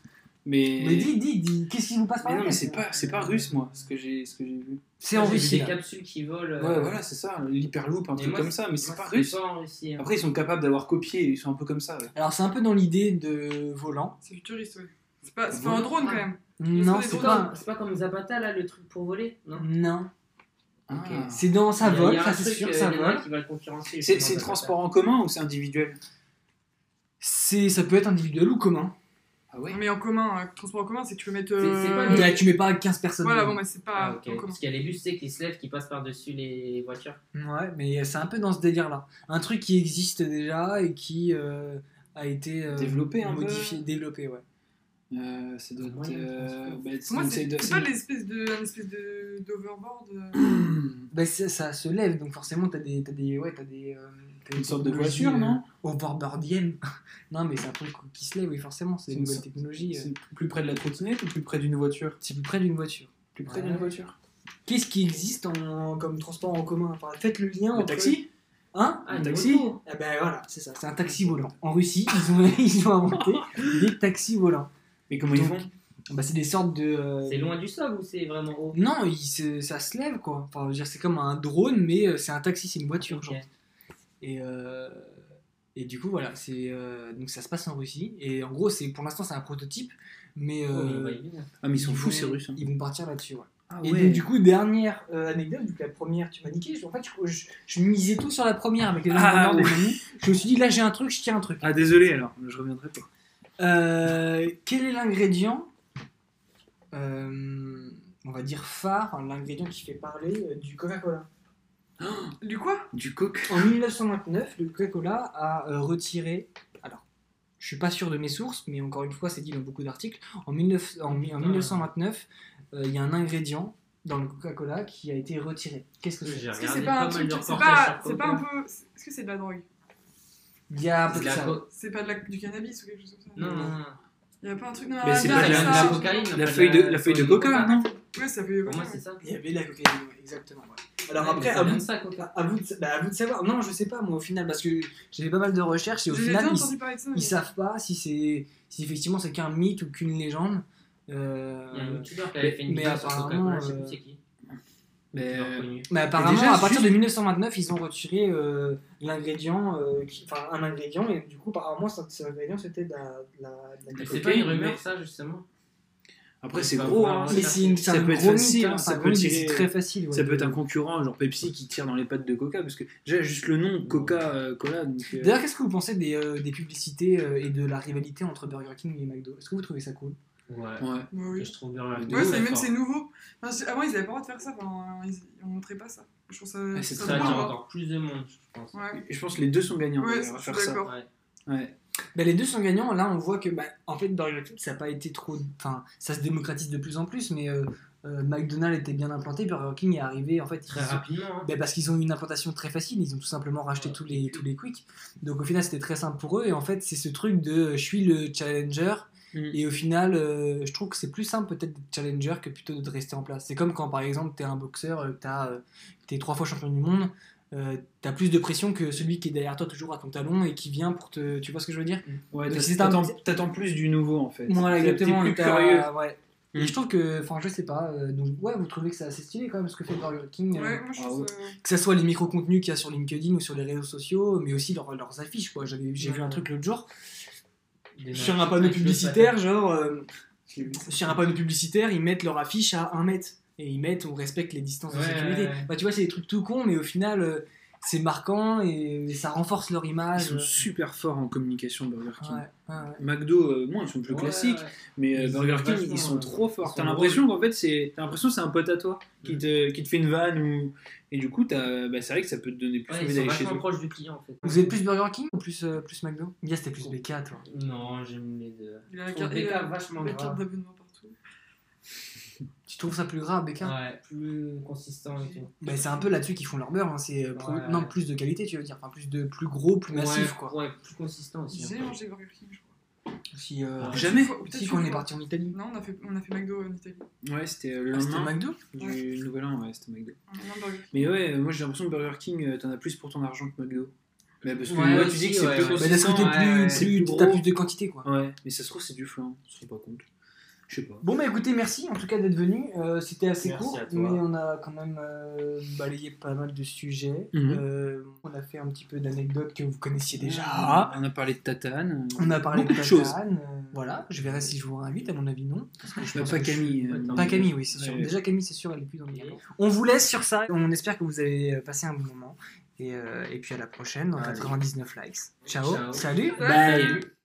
S3: Mais.
S1: Mais dis, dis, dis, qu'est-ce qui vous passe par
S3: Mais
S1: la
S3: non, mais
S1: tête
S3: c'est pas, c'est pas russe, moi, ce que j'ai ce que j'ai vu.
S1: C'est en
S5: J'ai vu
S1: Russie.
S5: Des
S1: là.
S5: capsules qui volent. euh,
S3: Ouais, voilà, c'est ça, l'hyperloop, un
S5: mais
S3: truc
S5: moi,
S3: comme ça, mais
S5: moi,
S3: c'est pas
S5: c'était
S3: russe.
S5: pas en Russie, hein.
S3: Après, ils sont capables d'avoir copié, ils sont un peu comme ça. ouais.
S1: Alors, c'est un peu dans l'idée de volant.
S4: C'est futuriste, ouais. C'est pas, c'est pas un drone quand
S5: Ah,
S4: même.
S1: Non,
S4: sont des
S1: c'est
S5: C'est
S4: drones.
S1: pas.
S5: pas, c'est pas comme Zapata, là, le truc pour voler, non
S1: Non.
S3: Ah.
S1: C'est dans ça
S5: Il y a- il
S1: vole,
S5: y a un
S1: ça c'est
S5: truc,
S1: sûr,
S5: euh,
S1: ça
S5: il y en a un
S1: vole.
S5: qui va le concurrencer.
S3: C'est,
S5: justement,
S3: c'est
S5: Zapata.
S3: transport en commun ou c'est individuel
S1: C'est, ça peut être individuel ou commun.
S3: Ah ouais
S4: Mais en commun, euh, transport en commun, c'est que tu peux mettre.
S5: C'est- c'est pas
S4: euh,
S5: le-
S1: Là, tu mets pas 15 personnes.
S4: Voilà, bon,
S1: dedans.
S4: bah c'est pas
S5: Ah, ok.
S4: en commun.
S5: Parce qu'il y a les bus, tu sais, qui se lèvent, qui passent par-dessus les voitures.
S1: Ouais, mais c'est un peu dans ce délire-là. Un truc qui existe déjà et qui euh, a été euh,
S3: Développé un peu.
S1: modifié, développé, ouais.
S3: Euh, ça doit être.
S5: Moyen de
S3: euh,
S5: transport.
S3: bah, c'est
S4: Moi,
S3: une
S4: c'est
S3: side-
S4: c'est
S3: c'est
S4: pas
S3: une-
S4: l'espèce de, un espèce de- d'overboard. euh,
S1: Bah, ça, ça se lève, donc forcément, t'as des, t'as des, ouais, t'as des, euh, t'as
S3: une
S1: des
S3: sorte de
S1: technologies,
S3: voiture,
S1: euh,
S3: non
S1: Overboardienne. non, mais c'est un truc qui se lève, oui, forcément, c'est
S3: C'est
S1: des
S3: une
S1: nouvelles
S3: sorte-
S1: technologies. euh.
S3: C'est plus près de la trottinette ou plus près d'une voiture
S1: C'est plus près d'une voiture.
S3: Plus
S1: près
S3: près
S1: d'une
S3: d'une voiture.
S1: Qu'est-ce qui existe en, comme transport en commun Enfin, Faites le lien
S3: Un
S1: entre.
S3: taxi
S1: Hein
S5: Ah,
S3: Un
S5: une
S3: taxi
S5: moto.
S1: Ah ben voilà, c'est ça. C'est un taxi volant. En Russie, ils ont, ils ont inventé des taxis volants.
S3: Mais comment ils
S1: Donc,
S3: font
S1: Bah, c'est des sortes de. euh,
S5: C'est loin du sol ou c'est vraiment haut
S1: Non, il se- ça se lève quoi. Enfin, je veux dire, c'est comme un drone, mais euh, c'est un taxi, c'est une voiture.
S5: Ok.
S1: Genre. Et, euh, et du coup, voilà, c'est euh, donc ça se passe en Russie. Et en gros, c'est pour l'instant, c'est un prototype, mais
S5: Oh, mais
S1: euh,
S5: on va y venir.
S3: Ah, mais ils sont fous ces
S1: vont-
S3: Russes. hein.
S1: Ils vont partir là-dessus. ouais.
S3: Ah
S1: Et
S3: ouais.
S1: donc, du coup, dernière euh, anecdote, vu que la première, tu m'as niqué. je- En fait, je, je- je misais tout sur la première avec les
S3: Ah,
S1: indépendants des amis. Je me suis dit, là, j'ai un truc, je tiens un truc.
S3: Ah, désolé alors, je reviendrai pas.
S1: Euh, quel est l'ingrédient, euh, on va dire phare, l'ingrédient qui fait parler euh, du Coca-Cola
S4: Du quoi
S3: Du coke
S1: En 1929, le Coca-Cola a euh, retiré. Alors, je suis pas sûr de mes sources, mais encore une fois, c'est dit dans beaucoup d'articles. En, 19 en, mi- en 1929, euh, il y a un ingrédient dans le Coca-Cola qui a été retiré. Qu'est-ce que c'est
S5: J'ai
S4: Est-ce que c'est
S5: regardé
S4: pas un
S5: mal
S4: truc
S5: de
S4: C'est
S5: reportages
S4: pas,
S5: sur
S4: c'est pas
S5: Coca.
S4: un peu. c'est- Est-ce que c'est de la drogue
S1: Il y a un peu
S5: C'est
S1: de
S5: de la
S1: ça.
S5: co-
S4: C'est pas de la, du cannabis ou quelque chose comme ça
S5: Non, non, non.
S4: Il y a pas un truc dans la
S3: Mais c'est
S4: radio
S3: pas de
S4: avec
S3: la-
S4: ça
S3: de la
S5: cocaïne,
S3: La
S5: pas
S3: feuille de, la feuille de coca, non
S4: Ouais, ça fait.
S5: Pour moi,
S4: ouais.
S5: c'est ça.
S1: Il y avait la cocaïne, ouais, exactement. ouais. Alors
S5: Ouais, mais
S1: après,
S5: ça
S1: à
S5: vient
S1: vous,
S5: de ça, Coca.
S1: à, vous de, bah, à vous de savoir. Non, je sais pas, moi, au final, parce que j'ai fait pas mal de recherches et au
S4: J'ai
S1: final,
S4: déjà
S1: ils-
S4: entendu parler de ça.
S1: ils,
S4: mais-
S1: savent pas si, c'est- si effectivement c'est qu'un mythe ou qu'une légende. Euh,
S5: Il y a un youtubeur qui avait fait une
S1: mais
S5: vidéo sur
S1: apparemment,
S5: Coca-Cola, je sais
S1: euh,
S5: plus c'est qui.
S3: Mais
S5: Youtubeur
S3: euh,
S5: connu.
S1: Mais apparemment,
S3: déjà,
S1: à partir
S3: juste-
S1: de 1929, ils ont retiré euh, l'ingrédient, euh, qui- enfin un ingrédient, et du coup, apparemment, cet cet ingrédient c'était de la, de la, de la
S5: Mais
S1: cocaïne. Oh,
S5: C'est pas une
S3: mais-
S5: rumeur, ça, justement.
S3: après,
S5: Mais
S3: c'est
S5: pas
S3: gros.
S5: vraiment,
S3: hein.
S1: Mais c'est une- c'est
S3: Ça
S1: un
S3: peut être
S1: gros mythe,
S3: facile,
S1: hein,
S3: hein,
S1: c'est
S3: ça
S1: un
S3: peut
S1: gros mythe,
S3: tirer-
S1: c'est très facile. ouais.
S3: Ça peut être un concurrent, genre Pepsi qui tire dans les pattes de Coca, parce que déjà juste le nom Coca-Cola. donc, euh,
S1: D'ailleurs, qu'est-ce que vous pensez des, euh, des publicités euh, et de la rivalité entre Burger King et McDo Est-ce que vous trouvez ça cool
S5: Ouais.
S3: ouais.
S4: Ouais, bah oui.
S5: Je trouve bien la
S3: Ouais,
S4: Ouais,
S5: vidéo,
S4: c'est
S5: elle
S4: même
S5: sort.
S4: c'est nouveau. Enfin, c'est- avant ils avaient pas le droit de faire ça, enfin, ils, ils montrait pas ça. Je trouve ça.
S3: Ah, c'est
S4: ça
S5: Ça
S4: drôle,
S5: attire
S4: hein.
S5: encore plus de monde, je pense.
S4: Ouais,
S3: Je pense que les deux sont gagnants
S4: Ouais,
S3: d'ailleurs, à
S4: je
S3: faire
S4: suis
S3: ça.
S4: d'accord.
S5: Ouais.
S3: Ouais.
S1: Bah, les deux sont gagnants. Là, on voit que, bah, en fait, Burger King, ça n'a pas été trop. Enfin, ça se démocratise de plus en plus, mais euh, euh, McDonald's était bien implanté. Burger King est arrivé, en fait,
S5: Très
S1: ils ont-
S5: rapidement, hein.
S1: Ben, parce qu'ils ont eu une implantation très facile, ils ont tout simplement racheté tous les, tous les quicks. Donc au final, c'était très simple pour eux. Et en fait, c'est ce truc de euh, je suis le challenger.
S3: Mm.
S1: Et au final, euh, je trouve que c'est plus simple peut-être d'être challenger que plutôt de rester en place. C'est comme quand par exemple, t'es un boxeur, euh, t'as, euh, t'es trois fois champion du monde, euh, t'as plus de pression que celui qui est derrière toi toujours à ton talon et qui vient pour te. Tu vois ce que je veux dire
S3: Ouais,
S1: Donc,
S3: t'as-
S1: c'est
S3: t'attends
S1: un-
S3: t'attends plus du nouveau en fait.
S1: Voilà,
S3: T'es- t'es
S1: exactement.
S3: plus
S1: t'as-
S3: curieux.
S1: ouais. Et
S3: Mm.
S1: je trouve que, enfin, je sais pas. euh, donc, ouais, vous trouvez que c'est assez stylé quand même ce que fait Burger King. euh,
S4: Ouais, moi je
S3: Ah,
S4: trouve
S3: ouais.
S4: ça-
S1: que ce soit les micro-contenus qu'il y a sur LinkedIn ou sur les réseaux sociaux, mais aussi leurs, leurs affiches. quoi. J'avais- J'ai vu un truc l'autre jour
S5: Des
S1: sur
S5: mecs
S1: un panneau
S5: avec le
S1: publicitaire, genre euh, sur un panneau publicitaire, ils mettent leur affiche à 1 mètre et ils mettent on respecte les distances de
S5: Ouais,
S1: sécurité.
S5: ouais, ouais.
S1: Bah, tu vois, c'est des trucs tout cons, mais au final, euh, c'est marquant et ça renforce leur
S3: Ils
S1: image.
S3: sont super forts en communication Burger King.
S1: euh. Ouais, ouais, ouais.
S3: McDo, euh, moins ils sont plus
S5: Ouais,
S3: classiques,
S5: ouais.
S3: mais euh,
S5: Ils
S3: Burger
S5: sont
S3: King
S5: vachement,
S3: ils sont
S5: euh,
S3: trop forts.
S5: ils
S3: T'as
S5: sont
S3: l'impression qu'en fait c'est, t'as l'impression que c'est un pote à toi qui
S5: Mm.
S3: te, qui te fait une vanne ou et du coup t'as, bah, c'est vrai que ça peut te donner plus
S5: Ouais,
S3: envie
S5: ils sont
S3: d'aller chez
S5: vachement
S3: eux.
S5: proches du client, en fait.
S1: Vous êtes plus Burger King ou plus, euh, plus McDo Bien, c'était plus BK, toi.
S5: Non, j'aime les deux.
S4: Il a la
S5: Je
S4: carte,
S5: trouve
S4: il a
S5: BK vachement
S4: la
S5: gras.
S4: carte d'abonnement partout.
S1: Tu trouves ça plus grave, BK
S5: Ouais, plus consistant et tout.
S1: Bah, C'est un peu là-dessus qu'ils font leur beurre. hein. C'est euh, pro-
S5: Ouais.
S1: non, plus de qualité, tu veux dire. Enfin, plus, de, plus gros, plus massif,
S5: Ouais,
S1: quoi.
S5: Ouais, plus consistant aussi.
S4: J'ai
S5: hein.
S4: mangé Burger King, je crois.
S1: Si, euh,
S3: Ah, Jamais.
S4: Peut-être une
S1: si,
S4: fois.
S1: quand on est parti en Italie.
S4: Non, on a fait, on a fait McDo en Italie.
S3: Ouais, c'était euh, le
S1: Ah, c'était
S3: lendemain
S1: McDo
S3: du nouvel an, ouais, c'était McDo.
S4: On a fait un Burger King.
S3: Mais ouais, euh, moi j'ai l'impression que Burger King, euh, t'en as plus pour ton argent que McDo. Mais parce que
S5: Ouais,
S3: ouais, tu
S5: aussi,
S3: dis que c'est
S5: ouais,
S3: plus
S5: ouais.
S1: Bah,
S3: consistant,
S1: d'un côté,
S5: ouais,
S1: plus,
S5: ouais.
S1: plus,
S3: c'est plus gros.
S1: t'as plus de quantité, quoi.
S3: Ouais, mais ça se trouve c'est du flan, on se rend pas compte. Je sais pas.
S1: Bon, bah écoutez, merci en tout cas d'être venu. Euh, C'était assez
S5: Merci
S1: court,
S5: à toi.
S1: mais on a quand même euh, balayé pas mal de sujets.
S3: Mhm.
S1: Euh, on a fait un petit peu d'anecdotes que vous connaissiez déjà.
S3: on a parlé de tatane.
S1: On a parlé
S3: Beaucoup
S1: Ah, de
S3: de choses.
S1: Tatane, euh, voilà, je verrai si je vous réinvite, à mon avis, non.
S3: Je pas Camille. euh,
S1: Pas Camille, oui, c'est
S3: Ouais,
S1: sûr.
S3: ouais.
S1: Déjà, Camille, c'est sûr, elle est plus dans le game. On vous laisse sur ça. On espère que vous avez euh, passé un bon moment. Et, euh, et puis à la prochaine dans
S5: Allez.
S1: 99 likes. Ciao.
S5: Ciao.
S1: Salut.
S5: Salut.